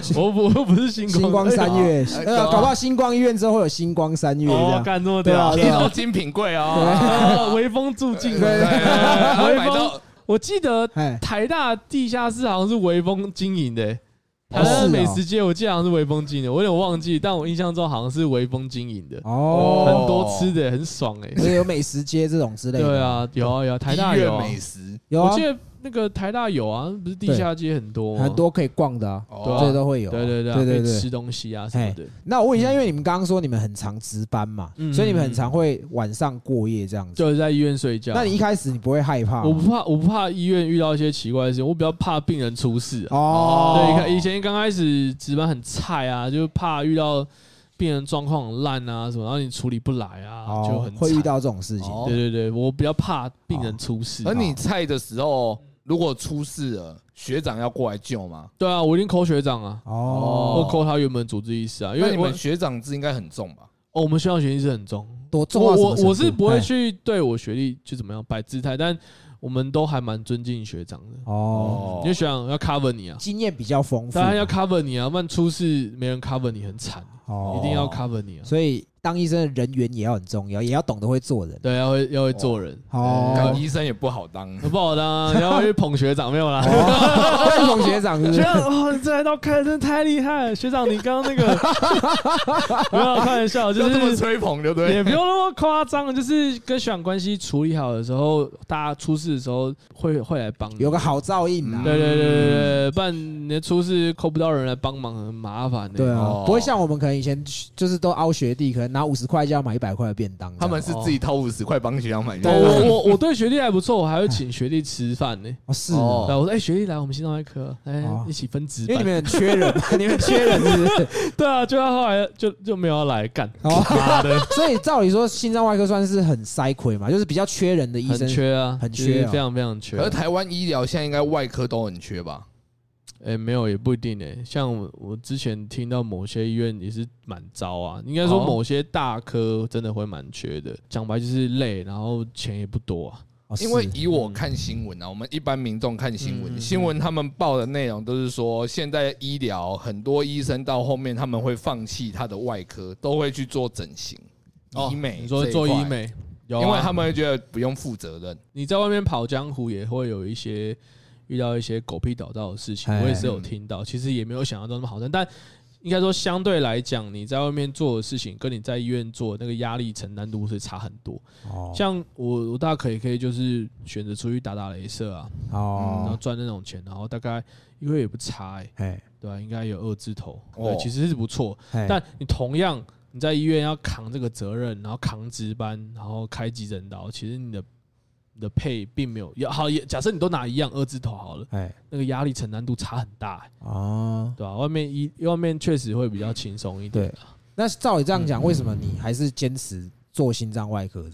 S3: 星， 我不我不是星
S1: 星光三月，
S2: 哎
S1: 呃，
S2: 搞啊
S1: 搞不好星光医院之后会有星光三月这
S3: 哦，
S1: 样。
S3: 干这么屌
S1: 对
S2: 一
S1: 啊
S2: 楼哎精品柜哦，
S3: 啊，微风住进
S1: 对
S2: 对，然后买
S3: 微 风，
S2: 到
S3: 我记得
S1: 哎，
S3: 台大地下室好像是微风经营的、欸，
S1: 哦
S3: 台大
S1: 是
S3: 的
S1: 哦
S3: 美食街我记得好像是微风经营的，我有点忘记，但我印象中好像是微风经营的，
S1: 哦，
S3: 很多吃的、很爽哎、
S1: 所以有美食哦街这种之类的。
S3: 对，啊，有啊有啊，台大
S2: 医
S3: 有、
S2: 院
S3: 啊
S2: 美，食
S1: 有
S3: 我
S1: 啊
S3: 记，得那个台大有啊，不是地下街很多吗
S1: 很，多可以逛的啊，
S2: 哦
S1: 这都会有啊。
S3: 对对对啊
S1: 对
S3: 可
S1: 对
S3: 以
S1: 对
S3: 吃。东西啊什么的，
S1: 那我问一下，因为你们刚刚说你们很常值班嘛，
S3: 嗯
S1: 所以你们很常会晚上过夜这样子。
S3: 就是在医院睡觉。
S1: 那你一开始你不会害怕吗？
S3: 啊我不怕，我不怕医院遇到一些奇怪的事情，我比较怕病人出事啊。
S1: 哦，
S3: 对，以前以前刚开始值班很菜啊，就怕遇到病人状况很烂啊什么，然后你处理不来啊，
S1: 哦
S3: 就很
S1: 会遇哦
S3: 惨。
S1: 到这种事情。
S2: 哦
S3: 对对对，我比较怕病人出事。
S2: 而你菜的时候，如果出事了，学长要过来救吗？
S3: 对啊，我已经扣学长啊，
S1: 哦
S3: 我，扣他原本组织意识啊，因
S2: 因为
S3: 为
S2: 你
S3: 我
S2: 们学长制应该很重吧？
S3: 哦，我们学校学历是很重，
S1: 多重
S3: 我
S1: 要？
S3: 我我是不
S1: 哎
S3: 会去对我学历就怎么样摆姿态，但我们都还蛮尊敬学长的，
S1: 哦，
S3: 因为学长要 cover 你啊，
S1: 经验比较丰富
S3: 当
S1: 嘛，
S3: 然要 cover 你啊，不然出事没人 cover 你很惨，
S1: 哦
S3: 一定要 cover 你啊，
S1: 所以当医生的人缘也要很重要，也要懂得会做 人。
S3: 对，要会要会做人，
S1: 哦
S2: 感觉医生也不好当。
S3: 不好当啊，你要去捧学长没有啦。
S1: 哦，魏同学长是不
S3: 学
S1: 是？
S3: 长，哦，你这来到开的真的太厉害了！学长，你刚刚那个 没有开玩笑，就
S2: 就这么
S3: 是
S2: 吹捧，对不对？
S3: 也不用那么夸张，就是跟学长关系处理好的时候，大家出事的时候会会来帮你。
S1: 有个好照应啊。
S3: 对对对对对，不然你出事扣不到人来帮忙，很麻烦的。欸
S1: 对啊
S2: 哦，
S1: 不会像我们可能以前就是都凹学弟，可能拿五十块就要买一百块的便当这样。
S2: 他们是自己掏五十块帮学长买
S3: 我
S2: 药。
S1: 啊
S3: 我我我对学弟还不错，我还会请学弟吃饭呢。
S1: 哦是
S2: 哦
S3: 对，我说哎，学弟来我们心脏外科，来
S1: 哦
S3: 哎一起分值
S1: 因为你
S3: 班。
S1: 们很缺人， 你们缺人是不是？
S3: 对啊，就他后来就就没有要来干，
S1: 哦，所以照理说，心脏外科算是很塞亏嘛，就是比较缺人的 医
S3: 很
S1: 生。
S3: 缺啊，
S1: 很
S3: 就是
S1: 缺啊
S3: 非常非常缺。
S2: 可是台湾医疗现在应该外科都很缺吧？
S3: 哎、没有也不一定哎、像我我之前听到某些医院也是蛮糟啊，应该说
S2: 哦
S3: 某些大科真的会蛮缺的。讲白就是累，然后钱也不多啊。
S1: 哦是
S2: 因为以我看新闻啊，我们一般民众看新
S3: 嗯嗯
S2: 闻，
S3: 嗯
S2: 新闻他们报的内容都是说，现在医疗很多医生到后面他们会放弃他的外科，都会去做整形、哦医美。
S3: 哦你说做医，美，有啊、
S2: 因为他们会觉得不用负责任。
S3: 你在外面跑江湖也会有一些遇到一些狗屁倒灶的事情，
S1: 哎
S3: 我也是有
S2: 嗯
S3: 听到，其实也没有想象中那么好但但应该说相对来讲，你在外面做的事情跟你在医院做的那个压力承担度是差很多。
S1: 哦
S3: 像我我大可以可以就是选择出去打打镭射啊，然后
S1: 哦，
S3: 赚那种钱，然后大概一个月也不差哎、
S1: 哎
S3: 对吧、应该有二字头，
S2: 哦
S3: 对，其实是不错。
S1: 哎，
S3: 但你同样你在医院要扛这个责任，然后扛值班，然后开急诊刀，其实你的你的配并没有也好也假设你都拿一样二字头好了，
S1: 哎
S3: 那个压力承担度差很大、欸，
S1: 哦，
S3: 对吧、外面医外面确实会比较轻松一点啊。
S1: 那照你这样
S3: 嗯
S1: 讲，为什么你还是坚持做心脏外科？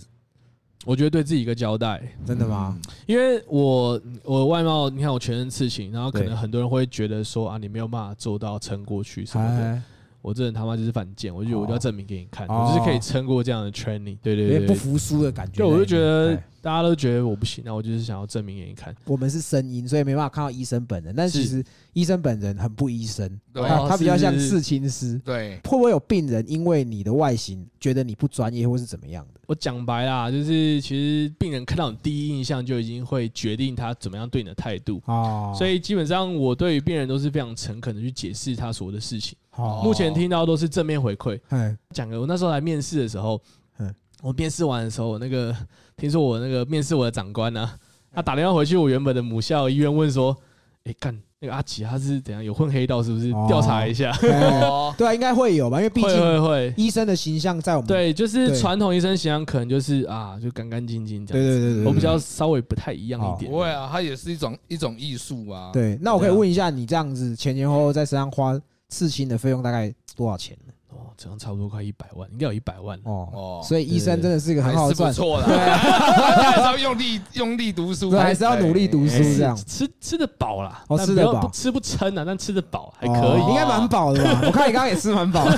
S3: 我觉得对自己一个交代，
S1: 真的吗？
S3: 因为我我外貌，你看我全身刺青，然后可
S1: 对
S3: 能很多人会觉得说啊，你没有办法做到撑过去什么的。
S1: 哎，
S3: 我这人他妈就是犯贱，我就觉得我就要证明给你看，
S1: 哦
S3: 我就是可以撑过这样的 training。对
S1: 有
S3: 对
S1: 点
S3: 对
S1: 不
S3: 对，
S1: 服输的感觉。
S3: 对我就觉得
S1: 哎
S3: 大家都觉得我不行，那我就是想要证明给你看。
S1: 我们是声音，所以没办法看到医生本人。但是其实医生本人很不医生，
S2: 对
S1: 他他比较像
S3: 哦是是是
S1: 刺青师。
S2: 对，
S1: 会不会有病人因为你的外形觉得你不专业，或是怎么样的？
S3: 我讲白啦，就是其实病人看到你第一印象就已经会决定他怎么样对你的态度，
S1: 哦，
S3: 所
S1: 以
S3: 以基本上我对于病人都是非常诚恳的去解释他所有的事情。
S1: 好，
S3: 目前听到都是正面回馈。
S1: 哎，
S3: 讲个，我那时候来面试的时候
S1: 嗯，
S3: 我面试完的时候，我那个听说我那个面试我的长官呢、他打电话回去我原本的母校医院问说，诶，干那个阿吉他是怎样有混黑道是不是
S1: 哦？
S3: 调查一下，
S1: 哎
S2: 哦，
S1: 对啊，应该会有吧，因为毕
S3: 会
S1: 竟
S3: 会会，
S1: 医生的形象在我们
S3: 对，就是
S1: 对
S3: 传统医生形象可能就是啊，就干干净净这
S1: 对
S3: 样子。
S1: 对对对，哦
S3: 我比较稍微不太一样一点。
S2: 不会啊，它也是一种一种艺术啊。，
S1: 对。那我可以问一下，你这样子前前后后在身上花刺青的费用大概多少钱呢？
S3: 哦，这样差不多快一百万，应该有一百万。
S1: 哦
S2: 哦，
S1: 所以医生真的是一个很好
S2: 还是不
S1: 赚，
S2: 错的。
S1: 对啊，
S2: 还是要用力用力读书，
S1: 对，还是要努力读书
S2: 哎
S1: 这样。
S3: 吃吃得饱啦，
S1: 哦
S3: 但
S1: 吃得
S3: 不要
S1: 饱
S3: 不吃不撑啊，但吃得饱 还可以啊
S1: 哦。应该蛮饱的吧？我看你刚刚也吃蛮饱 的。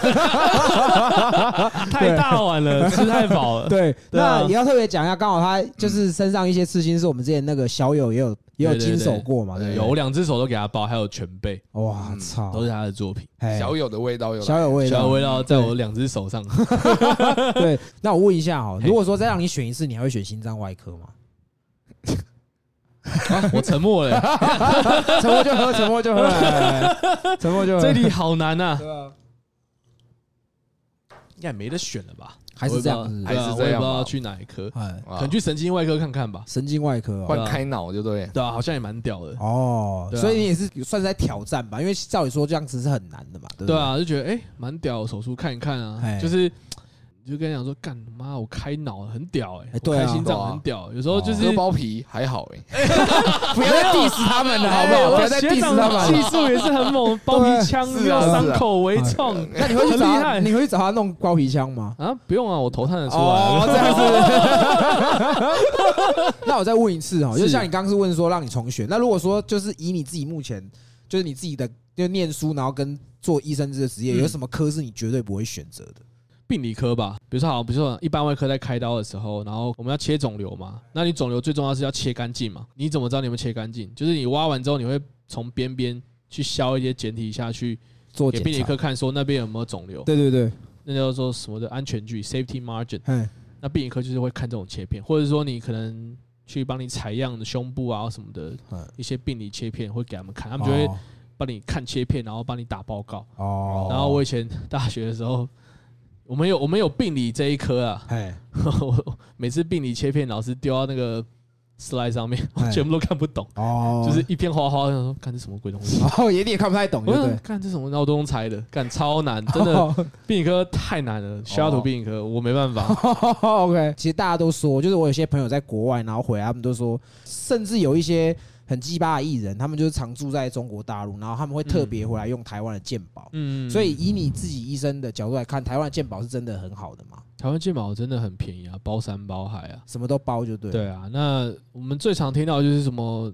S3: 太大碗了，吃太饱了。
S1: 对，
S3: 对啊
S1: 那也要特别讲一下，刚好他就是身上一些刺青是我们之前那个小友也有也有
S3: 对对
S1: 经
S3: 对
S1: 手过嘛，对不对
S3: 有我两只手都给他包，还有全背
S1: 哇
S2: 嗯
S1: 操，
S3: 都是他的作品。
S1: 嘿
S2: 哎小友的味道有来
S1: 哎小有味
S3: 小
S1: 道。
S3: 围绕在我两只手上，
S1: 对，那我问一下哦，
S3: 嘿
S1: 如果说再让你选一次，你还会选心脏外科吗？
S3: 我沉默了。
S1: 沉默就 喝，沉默就喝，哎沉默就喝。
S3: 这里好难呐，
S1: 对啊
S3: 应该没得选了吧？
S1: 还是这样子，
S3: 还
S2: 还是
S3: 是
S2: 这样吧
S3: 我也不知道去哪一科，
S1: 哎，
S2: 啊
S3: 可能去神经外科看看吧。
S1: 神经外科哦
S2: 换开脑就对。
S3: 对啊，好像也蛮屌的。
S1: 哦，
S3: 对啊
S1: 所以你也是算是在挑战吧？因为照理说这样子是很难的嘛，对不
S3: 对？啊，就觉得哎，蛮、屌的手术看一看啊
S1: 哎，
S3: 就是你就跟他讲说，干妈，我开脑很屌哎、
S1: 哎
S3: 我
S1: 对啊
S3: 开心脏很屌，有时候就是
S2: 哦割包皮还好哎，
S1: 不要再 diss 他们 了，好不好？
S2: 不
S3: 哎我
S2: 要再
S3: 学
S2: diss
S3: 长
S2: 他们了
S3: 技术也是很猛，包皮枪
S2: 是啊
S3: 没有
S2: 是啊
S3: 伤口微创
S1: 哎那你会去找
S3: 很
S1: 他
S3: 厉害
S1: 你会去找他弄包皮枪吗？
S3: 啊，不用啊，我头探得出
S1: 哦，
S3: 来。
S1: 这样子。 那我再问一次哦，
S3: 是
S1: 就像你刚刚是问说让你重选，那如果说就是以你自己目前就是你自己的就念书，然后跟做医生这个职业，
S3: 嗯
S1: 有什么科是你绝对不会选择的？
S3: 病理科吧，比如说好，比如说一般外科在开刀的时候，然后我们要切肿瘤嘛，那你肿瘤最重要是要切干净嘛，你怎么知道你有没有切干净？就是你挖完之后，你会从边边去削一些简体下去，
S1: 做
S3: 给
S1: 检
S3: 病理
S1: 查
S3: 科？看说那边有没有肿瘤，
S1: 对对对，
S3: 那叫做什么的安全距 （safety margin）。
S1: 嗯，
S3: 那病理科就是会看这种切片，或者说你可能去帮你采样的胸部啊什么的
S1: 嗯
S3: 一些病理切片会给他们看，他们就会帮你看切片，然后帮你打报告。
S1: 哦，
S3: 然后我以前大学的时候，我们有我们有病理这一科啊，
S1: 哎，
S3: 我每次病理切片老师丢到那个 slide 上面，我
S1: 哎
S3: 全部都看不懂，
S1: 哦，
S3: 就是一片花花，我想说看这什么鬼东西。
S1: 哦，也你也看不太懂，
S3: 我
S1: 对哦不
S3: 想
S1: 对？
S3: 看这什么，然后我都用猜的，干超难，真的病理科太难了，消毒病理
S1: 哦
S3: 科我没办法。
S1: OK，其实大家都说，就是我有些朋友在国外，然后回来，他们都说，甚至有一些很鸡巴的艺人，他们就是常住在中国大陆，然后他们会特别回来用台湾的健保。
S3: 嗯，
S1: 所以以你自己医生的角度来看，台湾的健保是真的很好的嘛，
S3: 台湾健保真的很便宜啊，包山包海啊。
S1: 什么都包就对。，
S3: 对啊，那我们最常听到的就是什么，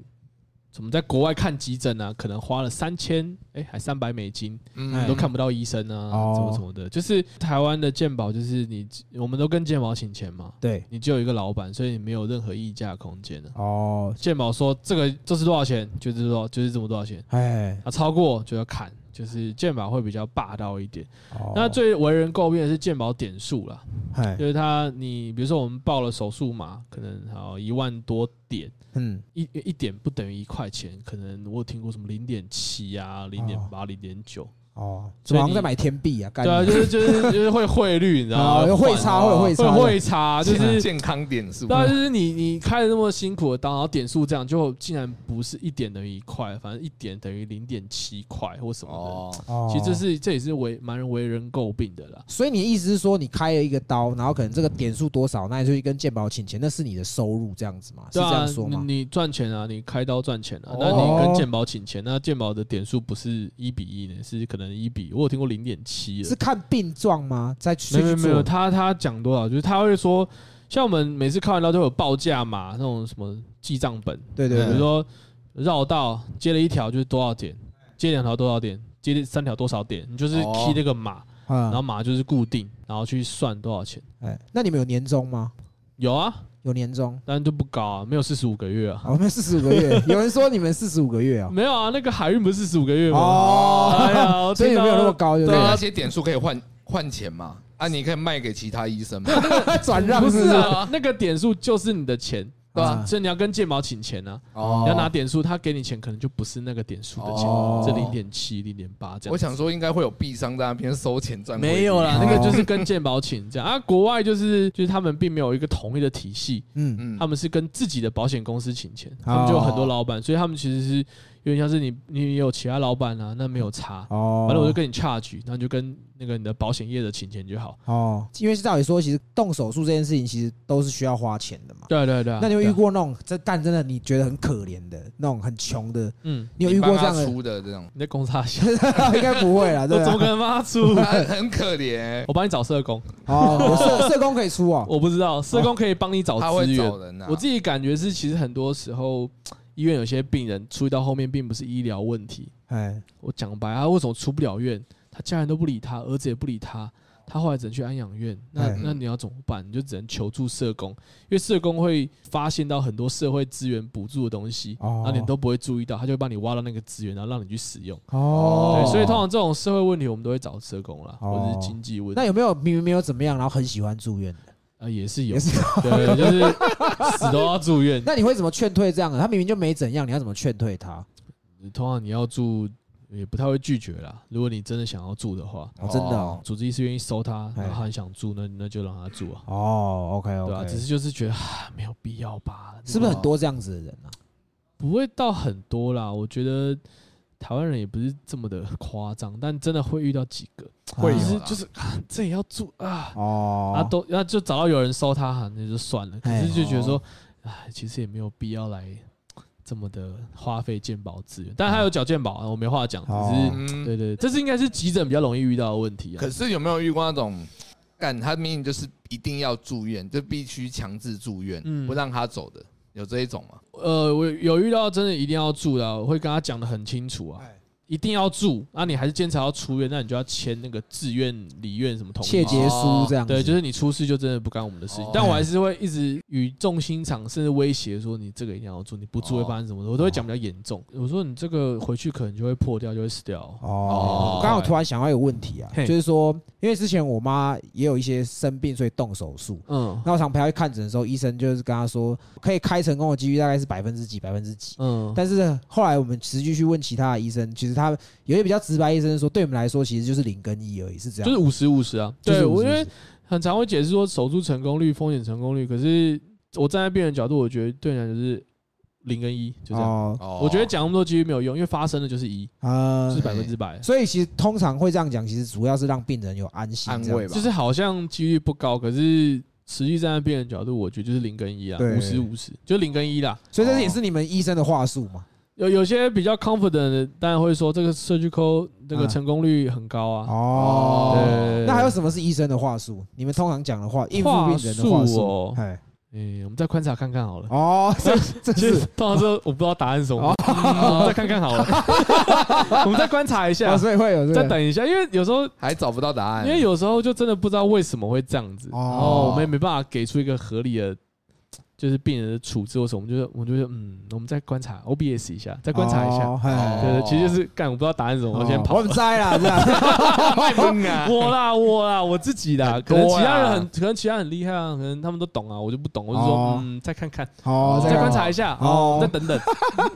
S3: 怎么在国外看急诊啊，可能花了三千，哎，还三百美金，
S1: 哎
S2: 嗯
S3: 你都看不到医生啊，
S1: 哦
S3: 什么什么的。就是台湾的健保，就是你我们都跟健保请钱嘛，
S1: 对，
S3: 你只有一个老板，所以你没有任何议价空间的、
S1: 哦，
S3: 健保说这个这是多少钱，就是多少就是这么多少钱，
S1: 哎，
S3: 啊，超过就要砍，就是健保会比较霸道一点。
S1: 哦
S3: 那最为人诟病的是健保点数啦，
S1: 哎，
S3: 就是他你比如说我们报了手术嘛，可能好一万多点。
S1: 嗯，
S3: 一一点不等于一块钱，可能我有听过什么零点七啊、零点八、零点九，
S1: 哦，怎
S3: 所以
S1: 么
S3: 你
S1: 好像在买天币啊？干
S3: 对啊，就 是就是就是会汇率，你知道
S1: 哦
S3: 吗？
S1: 有汇差，会有汇
S3: 啊会
S1: 差，
S3: 汇差，就
S1: 啊
S2: 健
S3: 是
S2: 啊
S3: 啊
S2: 健康点数
S3: 当然就是你你开了那么辛苦的刀，然后点数这样，就竟然不是一点等于一块，反正一点等于零点七块或什么
S2: 哦，
S1: 哦啊
S3: 的。其实这是这也是为蛮为人诟病的啦。
S1: 所以你的意思是说，你开了一个刀，然后可能这个点数多少，那你就去跟鉴宝请钱，那是你的收入这样子吗？是
S3: 对
S1: 这
S3: 啊
S1: 样说，吗？
S3: 你你赚钱啊，你开刀赚钱啊，
S2: 哦
S3: 那你跟健保请钱，那健保的点数不是一比一呢，是可能一比，我有听过零点七的
S1: 是。看病状吗？再去
S3: 没有没有没有，
S1: 做
S3: 他他讲多少，就是他会说，像我们每次看完刀都有报价嘛，那种什么记账本，
S1: 对对
S3: 比如
S1: 对，
S3: 说绕道接了一条就是多少点，接两条多少点，接三条多少点，你就是
S2: 哦
S3: key 那个码，然后
S1: 嗯，
S3: 码就是固定，然后去算多少钱。
S1: 哎，那你们有年终吗？
S3: 有啊，
S1: 有年 终？哦
S3: 但就不高啊，没有四十五个月啊，
S1: 我们四十五个月，有人说你们四十五个月啊？
S3: 没有啊，那个海运不是四十五个月吗？哎
S1: 哦，
S3: 呀，
S1: 所以你
S3: 有啊
S1: 没有那么高，对不
S2: 对，啊那
S1: 对？
S2: 些点数可以换换钱嘛？啊，你可以卖给其他医生嘛？
S1: 转让
S3: 不
S1: 是
S3: 是
S1: 不是？
S3: 啊，那个点数就是你的钱，
S1: 对啊
S3: 所以你要跟健保请钱啊。
S2: 哦
S3: 你要拿点数，他给你钱可能就不是那个点数的钱，
S1: 哦
S3: 这零点七、零点八这样。
S2: 我想说应该会有币商在那边收钱赚汇率，
S3: 没有啦，那个
S1: 哦
S3: 就是跟健保请这样啊。国外就是就是他们并没有一个统一的体系，
S1: 嗯，
S2: 嗯
S3: 他们是跟自己的保险公司请钱，他们就有很多老板，所以他们其实是有点像是你你有其他老板啊，那没有差。
S1: 哦，
S3: 反正我就跟你 charge，那你就跟那个你的保险业的请钱就好。
S1: 哦，因为照理说，其实动手术这件事情其实都是需要花钱的嘛。
S3: 对对对啊，
S1: 那你有
S3: 对
S1: 遇
S3: 啊？
S1: 过那种这干真的你觉得很可怜的那种很穷的，
S3: 嗯，
S1: 你有遇过这样
S2: 你帮
S1: 的
S2: 他？出的这 种，
S3: 你在公司 下，
S1: 应该不会啦，
S3: 我
S1: 对啊
S3: 怎么
S1: 吧？
S3: 可能帮他 出？
S2: 他很可怜，
S3: 我帮你找社工，
S1: 哦，有 社社工可以出哦。
S3: 我不知道社工可以帮你找
S2: 他
S3: 资
S2: 会
S3: 源
S2: 找，人啊。
S3: 我自己感觉是，其实很多时候医院有些病人出到后面并不是医疗问题。
S1: 哎，
S3: 我讲白，啊他为什么出不了院？他家人都不理他，儿子也不理他，他后来只能去安养院。那
S1: 嗯
S3: 那你要怎么办？你就只能求助社工，因为社工会发现到很多社会资源补助的东西，
S1: 哦
S3: 那你都不会注意到，他就会帮你挖到那个资源，然后让你去使用。
S1: 哦
S3: 对，所以通常这种社会问题，我们都会找社工啦，
S1: 哦
S3: 或者是经济问题
S1: 那，有没有明明没有怎么样，然后很喜欢住院的？
S3: 啊也是有
S1: 也，是。
S3: 对，就是死都要住院。
S1: 那你会怎么劝退这样的？他明明就没怎样，你要怎么劝退他？
S3: 通常你要住也不太会拒绝啦。如果你真的想要住的话，
S1: 哦，真的哦。
S3: 主治医师愿意收他，
S1: 哎
S3: 然后他很想住，那那就让他住啊，
S1: 哦，OK
S3: 对
S1: OK，
S3: 啊，只是就是觉得啊没有必要吧，
S1: 是不是很多这样子的人啊？
S3: 不会到很多啦？我觉得台湾人也不是这么的夸张，但真的会遇到几个，
S2: 会
S3: 就
S2: 有
S3: 是
S2: 啦
S3: 就是、啊、这也要住啊，啊
S1: 哦，
S3: 都那就找到有人收他，啊那就算了。可
S1: 哎
S3: 是就觉得说，哎，其实也没有必要来这么的花费健保资源，但他有缴健保，啊我没话讲，只是
S1: 哦
S2: 嗯，
S3: 对对，这是应该是急诊比较容易遇到的问题啊
S2: 可。是有没有遇过那种，干他命就是一定要住院，就必须强制住院，
S3: 嗯
S2: 不让他走的，有这一种吗？
S3: 呃，我有遇到真的一定要住的啊、我会跟他讲的很清楚啊
S1: 哎，
S3: 一定要住。那、你还是坚持要出院，那你就要签那个自愿离院什么同意
S1: 切结书这样子，
S3: 对，就是你出事就真的不干我们的事情，
S2: 哦
S3: 但我还是会一直语重心长，甚至威胁说你这个一定要做，你不做
S2: 哦
S3: 会发生什么的，我都会讲比较严重。我说你这个回去可能就会破掉，就会死掉。
S1: 哦
S2: 哦，
S1: 刚好突然想到一个问题啊，
S3: 嘿
S1: 就是说，因为之前我妈也有一些生病，所以动手术。
S3: 嗯
S1: 那我常陪她去看诊的时候，医生就是跟她说，可以开成功的几率大概是百分之几，百分之几。
S3: 嗯，
S1: 但是后来我们持续去问其他的医生，其实他有些比较直白的医生说，对我们来说其实就是零跟一而已，是这样。
S3: 就是五十五十啊。
S1: 就是
S3: 对
S1: 50
S3: 我因为很常会解释说手术成功率、风险成功率，可是我站在病人角度，我觉得对人就是零跟一，就这样。
S1: 哦，
S2: 哦
S3: 我觉得讲那么多几率没有用，因为发生的就是一，就
S1: 呃
S3: 哦是，百分之百。
S1: 所以其实通常会这样讲，其实主要是让病人有安心
S2: 安
S1: 这样
S2: 慰吧，
S3: 就是好像几率不高，可是实际站在病人角度，我觉得就是零跟一啦，
S1: 对
S3: 五十五十，就零跟一啦。
S1: 所以这也是你们医生的话术嘛？
S3: 有有些比较 confident 的，当然会说这个 surgical 那个
S1: 嗯
S3: 成功率很高啊。
S1: 哦，
S3: 对
S1: 那还有什么是医生的话术？你们通常讲的话，应付病人的话
S3: 话
S1: 术
S3: 术哦
S1: 哎，
S3: 诶，我们再观察看看好了。
S1: 哦， 这这
S3: 其实
S1: 是哦
S3: 通常说我不知道答案是什么，嗯再看看好了。 我们再观察一下
S1: 哦，，所以会有这
S3: 再
S1: 个
S3: 等一下，因为有时候，
S2: 还找不到答案，
S3: 因为有时候就真的不知道为什么会这样子，
S1: 哦
S3: 然后我们也没办法给出一个合理的，就是病人的处置或什么，我们就是我们就说，嗯，我们再观察 OBS 一下，再观察一下。
S1: 哦嘿哦
S3: 对对，其实就是干，我不知道答案是什么，我先跑
S1: 我
S3: 了
S1: 们。摘啦，这样
S2: 卖萌 啊，
S3: 我啦，我啦，我自己啦，可
S2: 多
S3: 能其他人
S2: 啦
S3: 很，可能其他人很厉害啊，可能他们都懂啊，我就不懂，我就
S1: 哦
S3: 说，嗯，再看看，
S1: 好，
S2: 再
S3: 再
S1: 这样
S3: 观察一下，
S1: 哦
S3: 哦，再等等，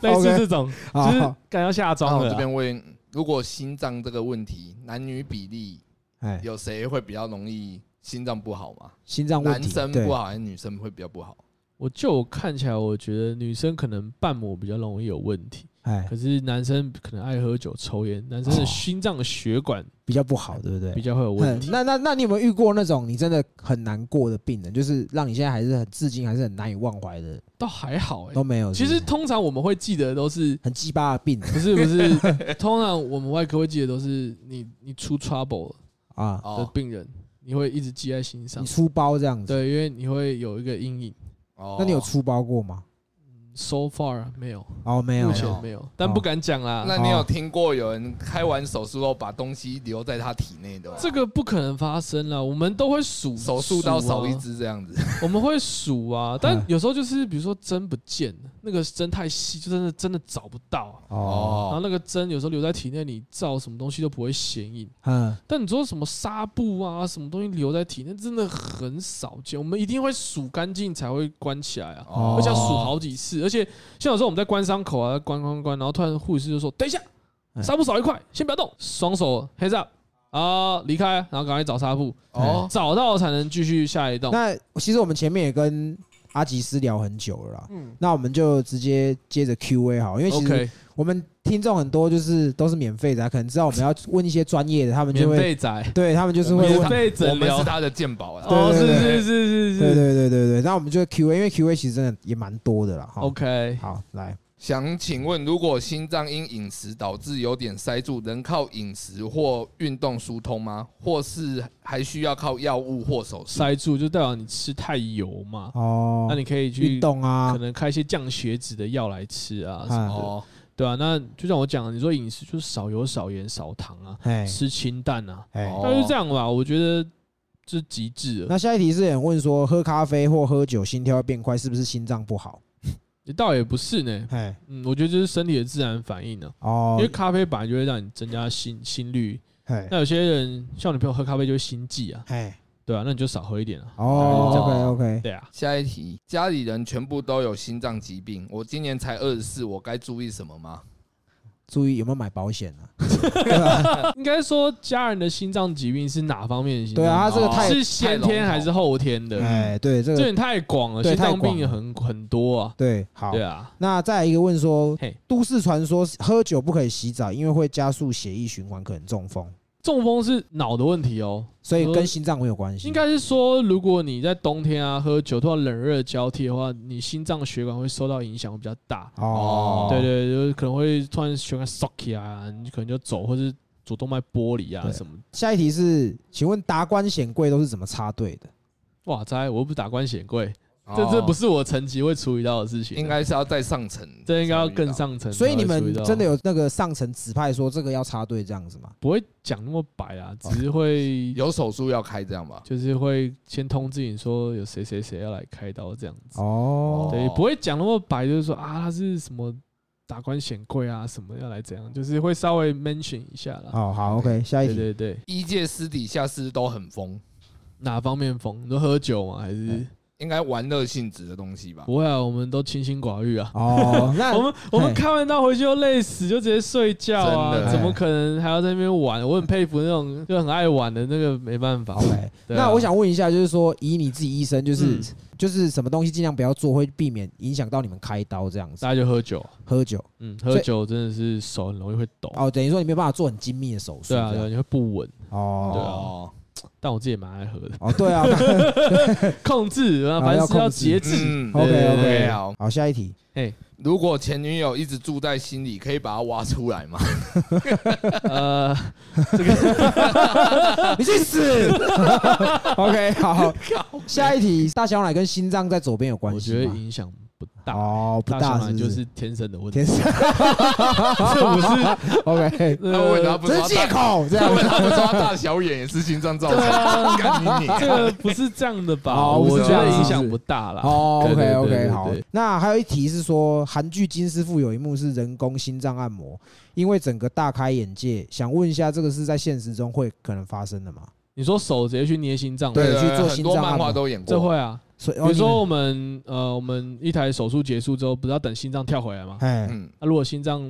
S3: 类似
S1: OK 哦
S3: 这种，
S1: 好
S3: 就是干要下
S2: 然
S3: 妆
S2: 后
S3: 了
S2: 这
S3: 啊。
S2: 边问，如果心脏这个问题，男女比例
S1: 哎，
S2: 有谁会比较容易心脏不好吗？
S1: 心脏问
S2: 男
S1: 题，
S2: 生
S1: 对
S2: 不好还是女生会比较不好？
S3: 我就我看起来，我觉得女生可能瓣膜比较容易有问题，
S1: 哎
S3: 可是男生可能爱喝酒、抽烟，男生
S1: 哦
S3: 的心脏的血管
S1: 比较不好，对不对？
S3: 比较会有问
S1: 嗯
S3: 题。
S1: 那那那你有没有遇过那种你真的很难过的病人，就是让你现在还是很至今还是很难以忘怀的，
S3: 倒还好哎
S1: 都，没有？
S3: 其
S1: 是
S3: 实
S1: 不是
S3: 通常我们会记得都是
S1: 很鸡巴的病人
S3: 不是不是， 通常我们外科会记得都是你你出 trouble
S1: 啊，
S3: 的
S2: 哦
S3: 病人，你会一直记在心上
S1: 你。出包这样子，
S3: 对，因为你会有一个阴影。
S2: 哦
S1: 那你有？出包过吗？
S3: So far 没有，
S1: 哦，没有哦
S3: 目，前没有，但不敢讲啦。
S2: 那你有听过有人开完手术后把东西留在他体内的吗？
S3: 这个不可能发生啦，我们都会数
S2: 手术刀少一，
S3: 数
S2: 只这样子，
S3: 啊我们会数啊。但
S1: 嗯
S3: 有时候就是比如说针不见了，那个针太细，就真的真的找不到啊。
S1: 哦，
S3: 然后那个针有时候留在体内，你照什么东西都不会显影。
S1: 嗯，
S3: 但你说什么纱布啊，什么东西留在体内，真的很少见。我们一定会数干净才会关起来啊，
S2: 哦
S3: 而且要数好几次。而且像有时候我们在关伤口啊，关关关，然后突然护士就说：“等一下，
S1: 哎
S3: 纱布少一块，先不要动，双手 hands up 啊，离开，然后赶快找纱布，
S2: 哦
S3: 找到才能继续下一栋。
S1: 那其实我们前面也跟阿吉斯聊很久了啦，那我们就直接接着 Q&A 好，因为其实
S3: 嗯 OK，
S1: 我们听众很多就是都是免费的啊、可能知道我们要问一些专业的，他们就
S3: 免
S1: 会
S3: 费仔，
S1: 对他们就是会
S3: 免
S1: 问，
S3: 费
S2: 我
S3: 诊
S2: 们
S3: 疗
S2: 是。他的啊鉴宝啦。
S3: 哦，
S1: 对
S3: 是
S1: 对
S3: 是是
S1: 对对
S3: 是是
S1: 对对对，那我们就 Q&A，因为 Q&A 其实真的也蛮多的啦。哈
S3: ，OK，
S1: 好，来，
S2: 想请问，如果心脏因饮食导致有点塞住，能靠饮食或运动疏通吗？或是还需要靠药物或手术？
S3: 塞住就代表你吃太油嘛，
S1: 哦
S3: 那，你可以去
S1: 运动啊
S3: 可，能开一些降血脂的药来吃啊，
S1: 嗯
S2: 哦，
S3: 对啊，那就像我讲的，你说饮食就是少油、少盐、少糖啊，
S1: 哎
S3: 吃清淡啊，
S1: 哎，
S2: 哦
S3: 那就这样吧。我觉得这极致了，
S1: 那下一题是有人问说，喝咖啡或喝酒心跳会变快，是不是心脏不好？
S3: 也倒也不是呢。
S1: 哎，
S3: 嗯，我觉得这是身体的自然反应呢、啊，
S1: 哦
S3: 因为，咖啡本来就会让你增加心心率。
S1: 哎，
S3: 那有些人像你朋友喝咖啡就会心悸啊，
S1: 哎，
S3: 对啊，那你就少喝一点啊。
S1: 哦，OK OK，
S3: 对啊，
S2: 下一题，家里人全部都有心脏疾病，我今年才二十四，我该注意什么吗？
S1: 注意有没有买保险啊？对吧？
S3: 应该说家人的心脏疾病是哪方面的心脏
S1: 对啊，他这个
S2: 哦
S1: 太
S3: 是先天还是后天的？
S1: 哎，对这
S3: 这
S1: 个
S3: 也太广了，
S1: 对
S3: 心
S1: 太
S3: 脏
S1: 广
S3: 病也很很多啊。
S1: 对好
S3: 对。啊，
S1: 那再来一个问说
S3: 嘿，
S1: 都市传说喝酒不可以洗澡，因为会加速血液循环，可能中风，
S3: 中风是脑的问题哦，
S1: 所以
S3: 喝
S1: 跟心脏没有关系。
S3: 应该是说，如果你在冬天啊喝酒，突然冷热交替的话，你心脏血管会受到影响会比较大。
S1: 哦，
S3: 对对，就是可能会突然血管 suck 起来啊，你可能就走，或是主动脉剥离啊
S1: 对
S3: 什么的。
S1: 下一题是，请问达官显贵都是怎么插队的？
S3: 哇塞，我又不是打官显贵，这
S2: 哦
S3: 这不是我层级会处理到的事情啊，
S2: 应该是要再上层，
S3: 这应该要更。上层才
S1: 所以
S3: 会处理到。
S1: 你们
S3: 啊
S1: 真的有那个上层指派说这个要插队这样子吗？
S3: 不会讲那么白啊，只
S1: 哦
S3: 是会
S2: 有手术要开这样吧？
S3: 就是会先通知你说有谁谁谁要来开刀这样子，
S1: 哦，
S3: 对，不会讲那么白，就是说啊他是什么达官显贵啊什么要来怎样，就是会稍微 mention 一下啦。
S1: 哦，好，OK，下一
S3: 对
S1: 题。
S3: 对对，
S2: 医界私底下是不是都很疯？
S3: 哪方面疯？你说喝酒吗？还
S1: 哎
S3: 是
S2: 应该玩乐性质的东西吧？
S3: 不会啊？我们都清心寡欲啊。
S1: 哦， 那
S3: 我们我们
S1: 嘿
S3: 开完刀回去就累死，就直接睡觉
S2: 真
S3: 啊！
S2: 的
S3: 怎
S1: 哎
S3: 么可能还要在那边玩？我很佩服那种就很爱玩的那个，没办法。
S1: OK，
S3: 对啊
S1: 那我想问一下，就是说以你自己医生，就是
S3: 嗯
S1: 就是什么东西尽量不要做，会避免影响到你们开刀这样子。
S3: 大家就喝酒，
S1: 喝酒
S3: 嗯，
S1: 所
S3: 喝
S1: 以
S3: 酒真的是手很容易会抖。
S1: 哦，等于说你没有办法做很精密的手术。
S3: 对啊，
S1: 这
S3: 对啊，
S1: 样
S3: 你会不稳。对啊
S1: 哦，
S2: 哦，
S3: 但我自己也蛮爱喝的
S1: 哦，对啊。那
S3: 控制，然后
S1: 啊
S3: 凡
S1: 要
S3: 事要
S1: 控制
S3: 节制。
S2: 嗯
S1: OK
S3: 对对
S1: OK，
S2: 对好
S1: 好，下一 题。
S2: 如果前女友一直住在心里，可以把她挖出来吗？
S3: 呃，
S1: 你去死 ！OK，好， 下一题，大小奶跟心脏在左边有关
S3: 我
S1: 系
S3: 觉得
S1: 吗
S3: 影响不大，
S1: 哦，不
S3: 小
S1: 大
S3: 孩
S1: 是不
S3: 就是是天生的问 题
S1: 天。生
S3: 这 不是
S1: OK，
S2: 那为什么
S3: 呃
S2: 不
S1: 这
S2: 抓
S1: 是借
S2: 大？
S1: 口这
S2: 那
S1: 样
S2: 为。什么不抓大小眼也是心脏造成的？干你
S3: 啊这
S2: 娘
S3: 个不是这样的吧？
S1: 哦
S3: 我
S2: 不
S3: 觉
S2: 是这
S3: 得
S2: 样
S3: 影响不大啦。
S1: 哦
S3: 对
S1: ，OK
S3: 对对
S1: OK，
S3: 对对
S1: 好
S3: 对。
S1: 那还有一题是说，韩剧《金师傅》有一幕是人工心脏按摩，因为整个大开眼界。想问一下，这个是在现实中会可能发生的吗？
S3: 你说手直接去捏心脏吗，
S1: 对啊去做
S2: 很
S1: 心
S2: 多
S1: 脏按
S2: 漫画
S1: 摩
S2: 都演
S3: 这
S2: 过。
S3: 会啊。
S1: 所以，
S3: 比
S1: 哦
S3: 如说我，们呃，我们一台手术结束之后，不是要等心脏跳回来吗啊
S1: 你？哎，
S2: 嗯，
S3: 那如果心脏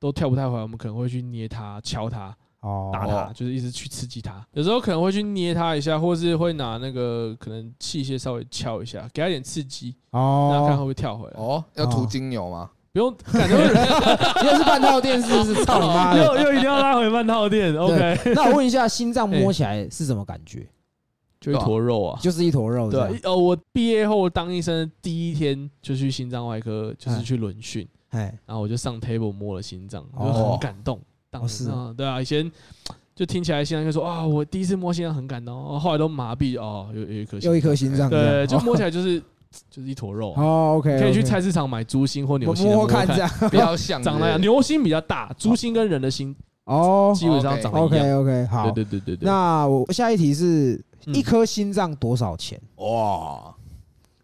S3: 都跳不太回来，我们可能会去捏它、敲它。
S1: 哦，
S3: 打它，就是一直去刺激它。有时候可能会去捏它一下，或是会拿那个可能器械稍微敲一下，给它一点刺激，那看会
S1: 哦，
S3: 不会跳回来。
S2: 哦，要
S1: 哦
S2: 涂精 油吗？
S3: 不用，感 觉会
S1: 又是半套电视，是操你哦妈
S3: 又
S1: 的！
S3: 又一定要拉回半套垫，OK？
S1: 那我问一下，心 脏摸起来是什么感觉？
S3: 就一坨 肉啊。
S1: 就是一坨肉，
S3: 对
S1: 这
S3: 啊
S1: 样，
S3: 呃，我毕业后当医生的第一天就去心脏外科，就是去轮训，
S1: 哎，
S3: 然后我就上 table 摸了心脏，
S1: 哦
S3: 就很感动。当时
S1: 是
S3: 啊，对啊，以前就听起来心脏就说啊，我第一次摸心脏很感动，哦后来都麻痹哦，有有一颗心
S1: 又一
S3: 脏
S1: 颗心脏这样，
S3: 对，就
S1: 哦
S3: 摸起来就是 就是一坨肉啊，
S1: 哦，OK，
S3: 可以去
S1: OK
S3: 菜市场买猪心或牛
S1: 我
S3: 心来
S1: 摸
S3: 摸
S1: 看
S3: 看
S1: 这，样，
S2: 不要像
S3: 长那
S2: 是
S3: 样。
S2: 不是
S3: 牛心比较大，猪心跟人的心
S1: 哦
S3: 基本上长得一样。
S1: ，OK OK，好，
S3: 对对对对对，
S1: 那我下一题是
S3: 嗯
S1: 一颗心脏多少钱？
S2: 哇，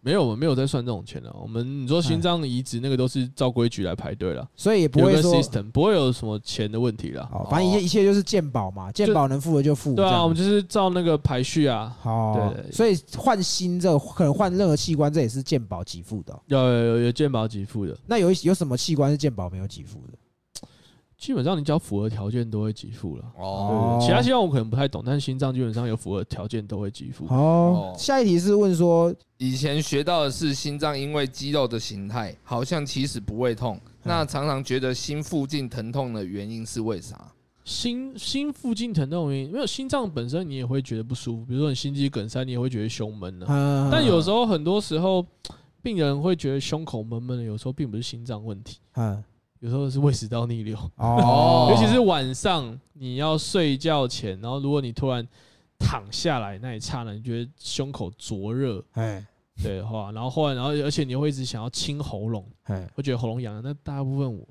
S3: 没有我们没有在算这种钱了。啊我们你说心脏移植那个都是照规矩来排队了，
S1: 所以也嗯不
S3: 有
S1: 会
S3: 个
S1: 说，
S3: system 不会有什么钱的问题啦。
S1: 哦，反正一切一切就是健保嘛，健保能付的就付。
S3: 对
S1: 这
S3: 啊，
S1: 样
S3: 我们就是照那个排序啊。
S1: 好
S3: 对，对
S1: 所以换心这可能换任何器官，这也是健保给付的哦。
S3: 有有有有健保给付的，
S1: 那有一有什么器官是健保没有给付的？
S3: 基本上你只要符合条件都会给付了。对
S2: 哦，
S1: 哦
S3: 对对，其他希望我可能不太懂，但是心脏基本上有符合条件都会给付。
S1: 哦
S2: 哦，
S1: 下一题是问说，
S2: 以前学到的是心脏因为肌肉的形态，好像其实不会痛。
S3: 嗯
S2: 那常常觉得心附近疼痛的原因是为啥？
S3: 心心附近疼痛的原因，没有心脏本身你也会觉得不舒服，比如说你心肌梗塞，你也会觉得胸闷呢、
S1: 嗯，
S3: 但有时候很多时候，病人会觉得胸口闷闷的，有时候并不是心脏问题，
S1: 嗯，
S3: 有时候是胃食道逆流，
S1: 哦，
S3: 尤其是晚上你要睡觉前，然后如果你突然躺下来那一刹那，你觉得胸口灼热
S1: 哎
S3: 对的话，然后后来然后而且你会一直想要清喉咙，
S1: 哎，
S3: 会觉得喉咙痒，那大部分我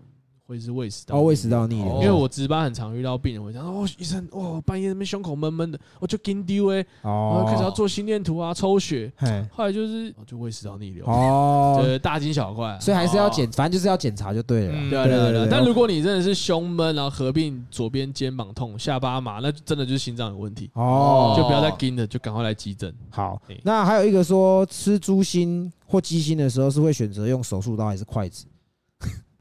S3: 会是胃食道
S1: 哦，胃
S3: 逆
S1: 食
S3: 流
S1: 道逆流，
S2: 哦
S3: 因为我值班很常遇到病人，我讲哦，医生，哦，半夜那边胸口闷闷的，我就给丢哎，然后开始要
S1: 哦，
S3: 做心电图啊，抽血，
S1: 哎，
S3: 后来就是哦就胃食道逆流，
S1: 哦，
S3: 呃，大惊小怪啊。
S1: 所以还是要检，反正就是要检查就对了啦。
S2: 嗯
S3: 对啊
S1: 对
S3: 对啊
S1: 对
S3: 对啊
S1: 对
S3: 但
S1: 对
S3: 如果你真的是胸闷，然后合并左边肩膀痛、下巴麻，那就真的就是心脏有问题，
S1: 哦，
S3: 就不要再跟了，就赶快来急诊。
S1: 好
S3: 对，
S1: 那还有一个说吃猪心或鸡心的时候是会选择用手术刀还是筷子？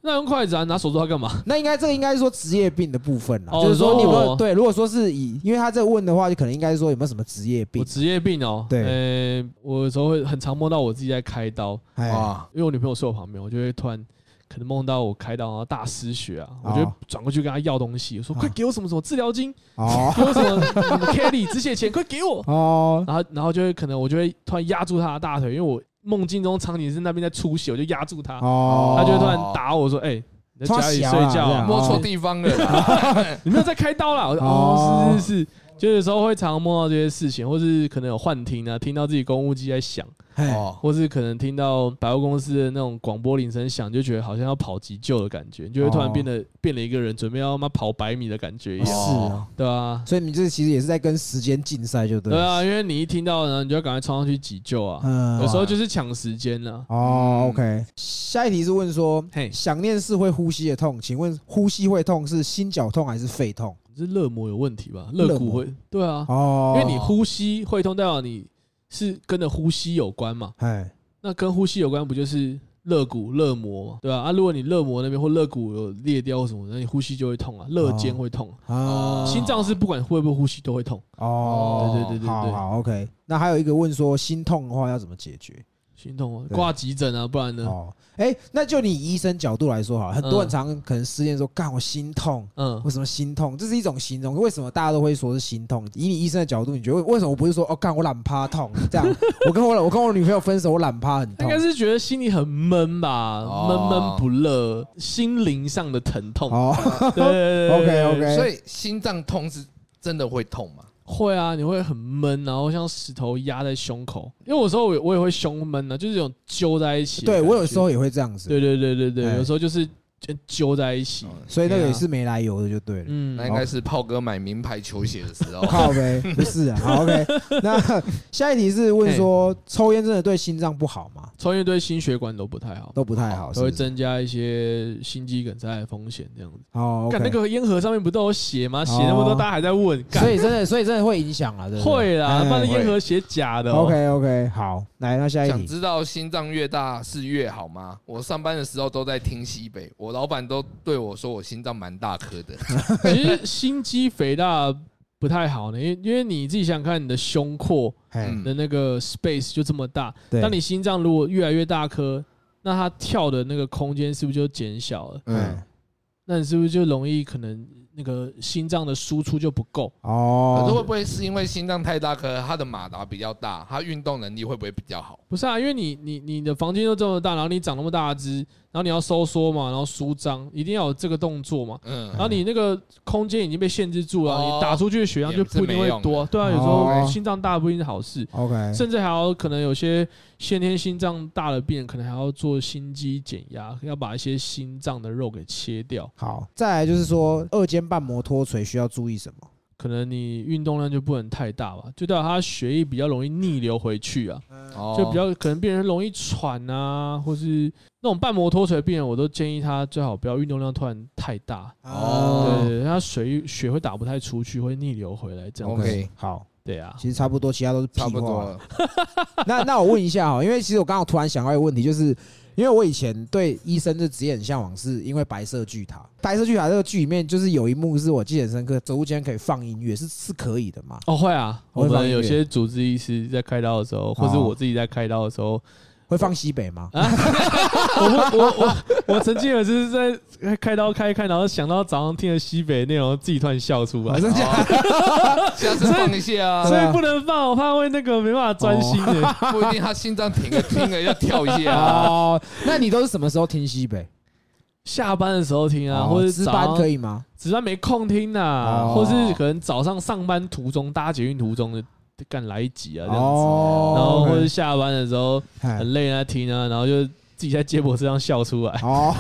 S3: 那用筷子啊，拿手抓干嘛？
S1: 那应该这个应该是说职业病的部分啦，
S3: 哦
S1: 就是说你有没
S3: 哦
S1: 有对？如果说是以，因为他这问的话，就可能应该是说有没有什么职业
S3: 我
S1: 病？
S3: 职业病哦。
S1: 对
S3: 呃，我有时候会很常梦到我自己在开刀，
S1: 哎，
S2: 哇，
S3: 因为我女朋友睡我旁边，我就会突然可能梦到我开刀然后大失血啊，我
S1: 哦
S3: 就会转过去跟她要东西，我说
S1: 哦
S3: 快给我什么什么治疗金，
S1: 哦
S3: 给我什么什么 Kelly 止血钳，快给我。
S1: 哦，
S3: 然后然后就会可能我就会突然压住她的大腿，因为我梦境中场景是那边在出血，我就压住她，
S1: 哦，
S3: 她就会突然打我说：“哎，你在家里睡
S1: 冲她小啊
S3: 觉
S1: 这
S3: 啊
S1: 样
S2: 摸错地方了啦，
S3: 你没有在开刀啦？我就哦
S1: 哦，
S3: 是是是，就有时候会常梦到这些事情，或是可能有幻听啊，听到自己公务机在响，
S1: 哎，
S2: 哦，
S3: 或是可能听到百货公司的那种广播铃声响，就觉得好像要跑急救的感觉，你就会突然变得、变了一个人，准备要妈跑百米的感觉一
S1: 是
S3: 样，
S1: 啊，
S3: 对啊，
S1: 所以你这其实也是在跟时间竞赛，就对
S3: 对
S1: 了。
S3: 啊，因为你一听到，然后你就要赶快冲上去急救啊，
S1: 嗯
S3: 有时候就是抢时间啊了、
S1: 哦
S2: 嗯
S1: ，OK。下一题是问说，
S3: 嘿，
S1: 想念是会呼吸的痛，请问呼吸会痛是心绞痛还是肺痛？
S3: 你是肋膜有问题吧？
S1: 肋
S3: 肋骨
S1: 膜
S3: 会，对啊，
S1: 哦
S3: 因，为你呼吸会痛，代表你是跟着呼吸有关嘛。
S1: 哎，
S3: 那跟呼吸有关，不就是肋骨、肋膜嘛，对吧、啊？如果你肋膜那边或肋骨有裂掉或什么，那你呼吸就会痛啊，肋间会痛啊、
S1: 啊，
S3: 心脏是不管会不会呼吸都会痛。
S1: 哦，
S3: 对对对对
S1: 好
S3: 对
S1: 好，OK。那还有一个问说，心痛的话要怎么解决？
S3: 心痛啊，
S1: 对
S3: 挂急诊啊，不然呢？
S1: 哦，哎，那就你医生角度来说好了，很多
S3: 嗯
S1: 人常可能失恋说，干我心痛。
S3: 嗯，
S1: 为什么心痛？这是一种形容。为什么大家都会说是心痛？以你医生的角度，你觉得为为什么我不是说哦，干我懒趴痛这 样？我跟我老我跟我女朋友分手，我懒趴很
S3: 他
S1: 痛
S3: 应。该是觉得心里很闷吧，闷
S2: 哦
S3: 闷不乐，心灵上的疼痛。
S1: 哦
S3: 对对对对对
S1: ，OK OK，
S2: 所以心脏痛是真的会痛吗？
S3: 会啊，你会很闷，然后像石头压在胸口。因为有时候我也我也会胸闷啊，就是这种揪在一起。
S1: 对我有时，候也会这样子，
S3: 对对对对对，
S1: 哎
S3: 有时候就是就揪在一起。
S1: 所以那个也是没来由的，就对哎了。。
S3: 嗯
S2: 哦那，应该是炮哥买名牌球鞋的时候
S1: 靠 呗，不是啊。好 OK，那下一题是问说，抽烟真的对心脏不好吗？
S3: 抽烟对心血管都不太好，
S1: 都不太好，
S3: 都
S1: 哦是不
S3: 会
S1: 是？
S3: 增加一些心肌梗塞的风险，这样子。
S1: 哦
S3: 看那
S1: ，OK。
S3: 个烟盒上面不都有写吗？写那么多，
S1: 哦
S3: 大家还在问，干
S1: 所以真的，所以真的会影响 啊，对不对
S3: 会啦，
S1: 哎
S3: 不然烟盒写假的哦。
S1: OK OK，好，来，那下
S2: 想
S1: 一题。
S2: 知道心脏越大是越好吗？我上班的时候都在听西北，我老板都对我说我心脏蛮大颗的。
S3: 其实心肌肥大不太好呢，因为因为你自己想想看，你的胸廓
S1: 哎
S2: 嗯，
S3: 的那个 space 就这么大，
S1: 对，
S3: 当你心脏如果越来越大颗，那它跳的那个空间是不是就减小了？
S1: 嗯，
S3: 那你是不是就容易可能那个心脏的输出就不够？
S1: 哦，
S2: 可是会不会是因为心脏太大颗，他的马达比较大，他运动能力会不会比较好？
S3: 不是啊，因为你你你的房间就这么大，然后你长那么大只，然后你要收缩嘛，然后舒张，一定要有这个动作嘛。
S2: 嗯
S3: 然，后你那个空间已经被限制住了，
S2: 哦
S3: 你打出去的血量就不一定会
S2: 也是没
S3: 多
S2: 用
S3: 啊。对啊，有时候
S1: 哦
S3: 心脏大不一定是好事，
S2: 哎
S1: OK？
S3: 甚至还要可能有些先天心脏大的病人，可能还要做心肌减压，要把一些心脏的肉给切掉。
S1: 好，再来就是说，二尖瓣膜脱垂需要注意什么？
S3: 可能你运动量就不能太大吧，就代表他血液比较容易逆流回去啊，
S2: 哦
S3: 就比较可能病人容易喘啊，或是那种瓣膜脱垂的病人，我都建议他最好不要运动量突然太大，
S2: 哦
S3: 对，他水血会打不太出去，会逆流回来这样子。
S2: OK
S1: 好，
S3: 对啊，
S1: 其实差不多，其他都是屁
S2: 差不多
S1: 话了。
S2: 了。
S1: 那那我问一下哈，因为其实我刚好突然想到一个问题，就是因为我以前对医生的职业很向往，是因为《白色巨塔》。《白色巨塔》这个剧里面，就是有一幕是我记得很深刻，走路间可以放音乐，是是可以的嘛？
S3: 哦，会啊，我
S1: 我会放
S3: 们
S1: 音乐
S3: 有些主治医师在开刀的时候，或是
S1: 哦
S3: 我自己在开刀的时候，
S1: 会放西北吗？
S3: 我我我我曾经有一次在开刀开一开，然后想到早上听的西北内容，自己突然笑出来
S1: 还，是这样？
S2: 哦下次放一下啊，
S3: 啊所以不能放，我怕会那个没办法专心欸 的。
S2: 不一定他心脏停了停了要跳一下 啊。
S1: 哦，那你都是什么时候听西北？
S3: 下班的时候听啊，
S1: 哦
S3: 或者
S1: 值
S3: 早上
S1: 班可以吗？
S3: 值班没空听啊，
S1: 哦
S3: 或是可能早上上班途中搭捷运途中的干来一集啊这样子，
S1: 哦
S3: 然后或者
S1: OK
S3: 下班的时候
S1: 哎
S3: 很累啊听啊，然后就自己在接驳车上笑出 来。
S1: 哦，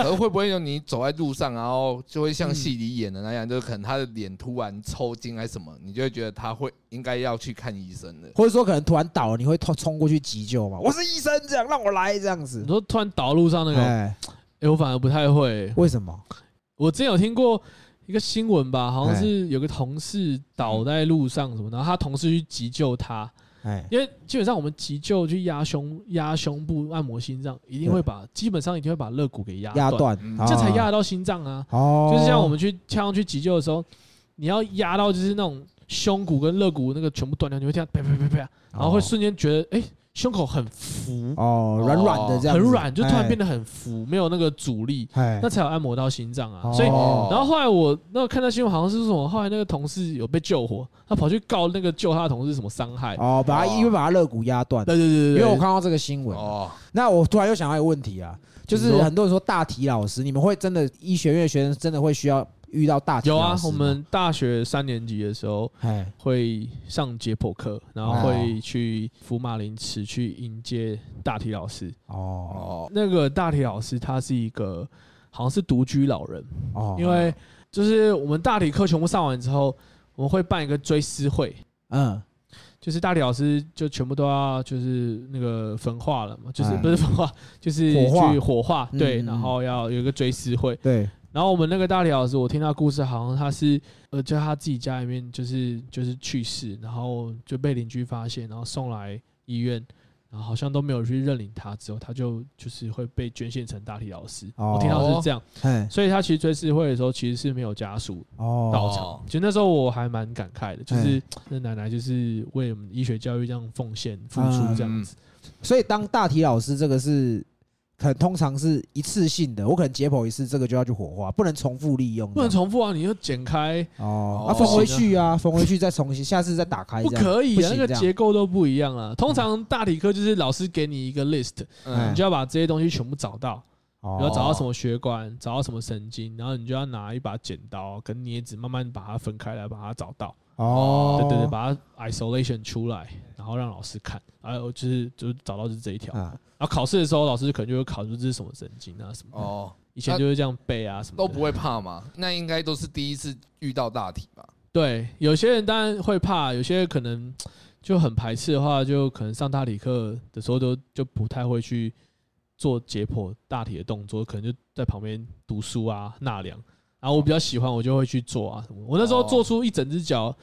S2: 可是会不会有你走在路上，然后就会像戏里演的那样，就是可能他的脸突然抽筋还是什么，你就会觉得他会应该要去看医生了。
S1: 或者说可能突然倒了，你会冲冲过去急救吗？我是医生，这样让我来这样子
S3: 你。说突然倒路上那个，哎、
S1: 哎，
S3: 我反而不太会。
S1: 为什么？
S3: 我之前有听过一个新
S1: 哎嗯
S3: 闻吧，好像是有个同事倒在路上什么，然后他同事去急救他，
S1: 哎，
S3: 因为基本上我们急救去压胸、压胸部、按摩心脏，一定会把基本上一定会把肋骨给压
S1: 压
S3: 断，
S1: 断
S2: 嗯，
S1: 啊
S3: 这才压得到心脏啊。
S1: 哦，
S3: 就是像我们去跳上去急救的时候，你要压到就是那种胸骨跟肋骨那个全部断掉，你会听到啪啪啪啪，然后会瞬间觉得哎、胸口很浮，
S1: 哦软软的这样
S3: 很
S1: 子，哎
S3: 软，就突然变
S1: 得
S3: 得很浮，没有那个阻力，
S1: 哎，
S3: 那才有按摩到心脏啊。
S1: 哦
S3: 所以然后后来我那个看到新闻，好像是什么，后来那个同事有被救活，他跑去告那个救他的同事什么伤害。
S1: 哦，把它因为把它肋骨压断，
S3: 对对对
S1: 因
S3: 对对，
S1: 为我看到这个新
S3: 啊
S1: 闻，
S2: 哦，
S1: 那我突然又想到一个问题啊，就是
S3: 你说
S1: 很多人说大体老师，你们会真的医学院的学生真的会需要遇到大体
S3: 有
S1: 老
S3: 啊
S1: 师，吗
S3: 我们大学三年级的时候
S1: 哎
S3: 会上解剖课，然后会去福马林池去迎接大体老师。
S1: 哦
S2: 哦，
S3: 那个大体老师他是一个好像是独居老人，
S1: 哦，
S3: 因为就是我们大体课全部上完之后，我们会办一个追思会，
S1: 嗯
S3: 就是大体老师就全部都要就是那个焚化了嘛，就是
S1: 嗯
S3: 不是焚化，就是
S1: 火化
S3: 去火化，
S1: 嗯
S3: 对，
S1: 嗯
S3: 然后要有一个追思会。
S1: 对
S3: 然后我们那个大理老师，我听他故事，好像他是呃，就他自己家里面就是就是去世，然后就被邻居发现，然后送来医院，然后好像都没有去认领他，之后他就就是会被捐献成大理老师。
S1: 哦
S3: 我听到是这样，
S1: 哎
S3: 所以他其实追思会的时候其实是没有家属
S1: 哦
S3: 到场。其实那时候我还蛮感慨的，就是
S1: 嗯
S3: 那奶奶就是为我们医学教育这样奉献付
S1: 嗯
S3: 出这样子。
S1: 所以当大体老师这个是。可能通常是一次性的，我可能解剖一次，这个就要去火化，不能重复利用
S3: 不
S1: 这样，
S3: 能重复啊！你就剪开，
S1: 哦，
S2: 哦
S1: 啊，缝回去啊，缝回去再重新，下次再打开
S3: 不
S1: 这样，
S3: 可
S1: 嗯
S3: 以
S1: 不
S3: 啊！
S1: 行
S3: 那个
S1: 这样
S3: 结构都不一样啊。通常大理科就是老师给你一个 list，
S1: 哎
S3: 你
S2: 嗯，
S3: 就要把这些东西全部找到，
S1: 哦
S3: 你要找到什么血管，找到什么神经，然后你就要拿一把剪刀跟镊子，慢慢把它分开来，把它找到。
S1: 哦，
S3: 对对对，把它 isolation 出来，然后让老师看。哎，我就是就是找到就是这一条。
S1: 啊，
S3: 然后考试的时候，老师可能就会考出这是什么神经啊什么的。
S2: 哦，
S3: 以前就是这样背啊什么的
S2: 都不会怕嘛？那应该都是第一次遇到大题 吧？
S3: 对，有些人当然会怕，有些人可能就很排斥的话，就可能上大体课的时候都就不太会去做解剖大体的动作，可能就在旁边读书啊、纳凉。然后我比较喜欢，我就会去做啊什么。我那时候
S2: 哦
S3: 做出一整只脚，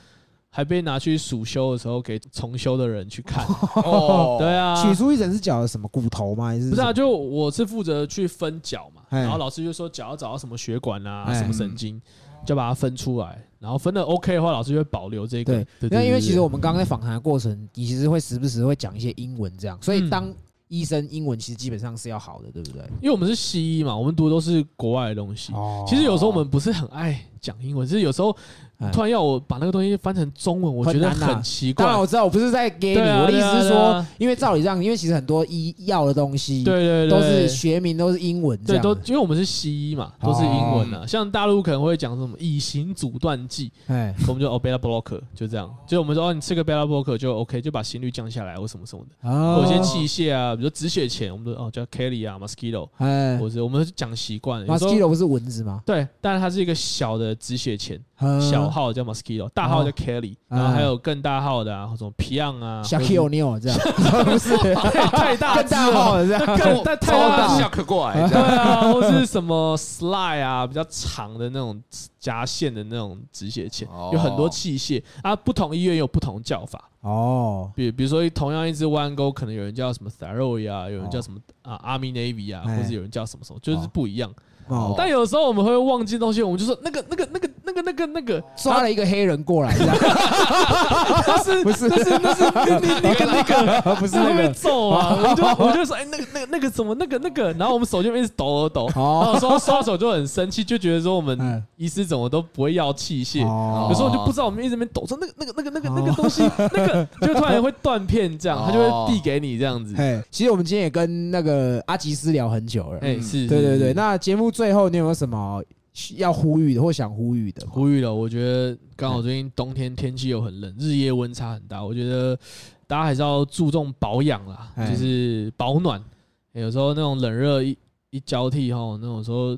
S3: 还被拿去暑修的时候给重修的人去看。
S2: 哦，
S3: 对啊，
S1: 取出一整只脚的什么骨头吗？还是
S3: 不是啊，
S1: 什么
S3: 就我是负责去分脚嘛，
S1: 哎
S3: 然后老师就说脚要找到什么血管啊、
S1: 哎
S3: 什么神经，就把它分出来。然后分的 OK 的话，老师就会保留这个。
S1: 对，那因为其实我们刚刚在访谈的过程，你其实会时不时会讲一些英文这样，所以
S3: 嗯
S1: 当医生英文其实基本上是要好的，对不对？
S3: 因为我们是西医嘛，我们读的都是国外的东西。
S1: 哦
S3: 其实有时候我们不是很爱讲英文，就是有时候
S1: 哎
S3: 突然要我把那个东西翻成中文，我觉得
S1: 很难啊
S3: 很奇怪
S1: 当。然我知道我不是在给你，
S3: 对啊
S1: 我的意思是
S3: 对啊对
S1: 说
S3: 啊，
S1: 因为照理这样，因为其实很多医药的东西，
S3: 对对对，
S1: 都是学名都是英文这
S3: 对
S1: 样
S3: 都
S1: 的，哦
S3: 因为我们是西医嘛，都是英文啊。像大陆可能会讲什么乙型阻断剂，
S1: 哎
S3: 我们就哦 beta blocker 就这样，就我们说哦你吃个 beta blocker 就 OK，就把心率降下来或什么什么的。
S1: 哦
S3: 或有些器械啊，比如说止血钳，我们都哦叫 Kelly 啊 mosquito，
S1: 哎
S3: 或者我们讲习惯了。有时候
S1: ，mosquito 不是蚊子吗？
S3: 对，但是它是一个小的止血钳，
S1: 嗯哦
S3: 小号叫 Mosquito，大号叫 Kelly，、然后还有更大号的啊，什么 Pion 啊，
S1: ，Shaquille O'Neal 这样，不是
S3: 太大哦
S1: 更大号的这 样，
S3: 更但太大
S2: 大
S3: 只
S2: 下克过来，
S3: 对啊，或是什么 Sly 啊，比较长的那种夹线的那种止血钳，
S2: 哦
S3: 有很多器械啊，不同医院有不同叫法，
S1: 哦，
S3: 比比如说同样一只弯钩，可能有人叫什么 Thyroid 啊，有人叫什么、啊 Army Navy 啊，
S1: 哎
S3: 或者有人叫什么什么，就是
S1: 哦
S3: 不一样。
S1: 哦
S3: 但有时候我们会忘记东西，我们就说那个那个那个那个那个那个，
S1: 抓了一个黑人过来这样，
S3: 那是
S1: 不是
S3: 那是那是那那那个那个。
S1: 不是
S3: 是会
S1: 那
S3: 被
S1: 个
S3: 揍啊！我就我就说，哎、那个、那个、那个什么，那个、那个，然后我们手就一直抖抖抖，然
S1: 哦
S3: 后刷刷手就很生气，就觉得说我们
S1: 嗯
S3: 医师怎么都不会要器械，
S1: 哦
S3: 有时候我就不知道我们一直在那边抖，说那个、那个、那个、那个、那个东西，那个就突然会断片，这样
S2: 哦
S3: 他就会递给你这样子。
S1: 哎，其实我们今天也跟那个阿吉斯聊很久了。
S3: 哎、是，
S1: 对对
S3: 是
S1: 对，
S3: 是
S1: 那节目最后你有没有什么要呼吁的或想呼吁的？
S3: 呼吁了，我觉得刚好最近冬天天气又很冷，日夜温差很大，我觉得大家还是要注重保养啦，
S1: 哎
S3: 就是保暖。欸有时候那种冷热一一交替吼，那种时候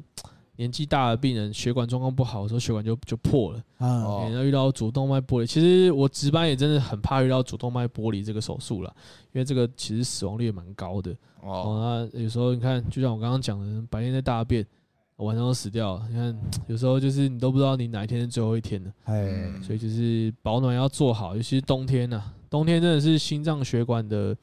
S3: 年纪大的病人血管状况不好的时候，血管就就破了。
S1: 啊，
S2: 哦
S3: 欸然后遇到主动脉剥离，其实我值班也真的很怕遇到主动脉剥离这个手术了，因为这个其实死亡率也蛮高的。
S2: 哦，
S3: 哦，那有时候你看，就像我刚刚讲的，白天在大便，晚上都死掉了。你看，有时候就是你都不知道你哪一天是最后一天呢，
S1: 哎
S2: 嗯，
S3: 所以就是保暖要做好，尤其是冬天呐、冬天真的是心脏血管的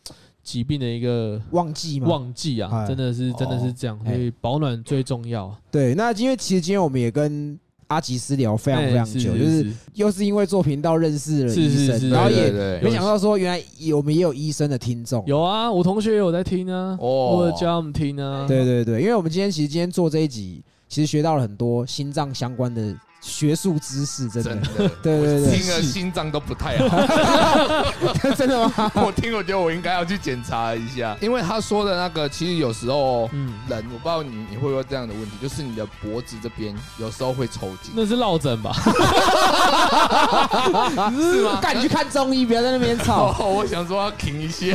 S3: 疾病的一个
S1: 忘记嘛，
S3: 旺季啊，
S1: 哎
S3: 真的是真的是这样，所以保暖最重要啊。
S1: 对，那因为其实今天我们也跟阿吉斯聊非常非常
S3: 哎是
S1: 久，
S3: 是
S1: 就是
S3: 是
S1: 又是因为做频道认识了
S3: 是
S1: 医
S3: 是
S1: 生，
S3: 是
S1: 然后
S2: 对
S1: 也
S2: 对对
S1: 没想到说原来也我们也有医生的听众。
S3: 有啊，我同学也有在听啊，
S2: 哦
S3: 我有教他们听啊。
S1: 对对对，因为我们今天其实今天做这一集，其实学到了很多心脏相关的学术知识，真
S2: 真
S1: 的。
S2: 的，
S1: 对对对
S2: 听了心脏都不太好。
S1: 对， 真的吗？
S2: 我听，我觉得我应该要去检查一下，因为他说的那个，其实有时候
S3: 嗯，
S2: 人，我不知道你你会不会这样的问题，就是你的脖子这边有时候会抽筋。
S3: 那是落枕吧？
S1: 是
S2: 吗
S1: 干，你去看中医，不要在那边吵。
S2: 哦，我想说要停一下，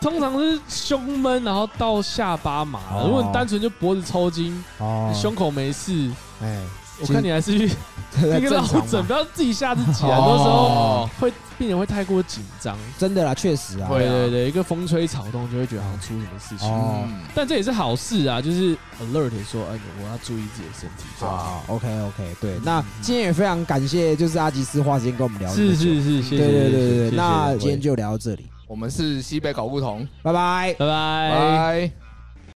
S3: 通常是胸闷，然后到下巴麻。
S1: 哦
S3: 如果你单纯就脖子抽筋，
S1: 哦
S3: 你胸口没事，
S1: 哎，
S3: 我看你还是去
S1: 这个
S3: 那
S1: 正
S3: 个落
S1: 常
S3: 枕，
S1: 嘛
S3: 不要自己吓自己啊。很多时候
S2: 哦
S3: 会病人会太过紧张。
S1: 真的啦，确实啊。
S2: 会
S3: 对
S2: 啊
S3: 对对，一个风吹草动就会觉得好像出什么事情。
S1: 哦
S2: 嗯
S3: 但这也是好事啊，就是 alert 说，哎，我要注意自己的身体。这样
S1: 好，OK OK，对，啊那今天也非常感谢，就是阿吉斯花时间跟我们聊这么
S3: 是
S1: 久。
S3: 是是，谢谢。
S1: 对对对对
S3: 谢谢
S1: 对，那
S3: 谢谢
S1: 今天就聊到这里，
S2: 我们是西北搞不同，
S1: 拜拜。
S3: 拜拜。
S2: 拜。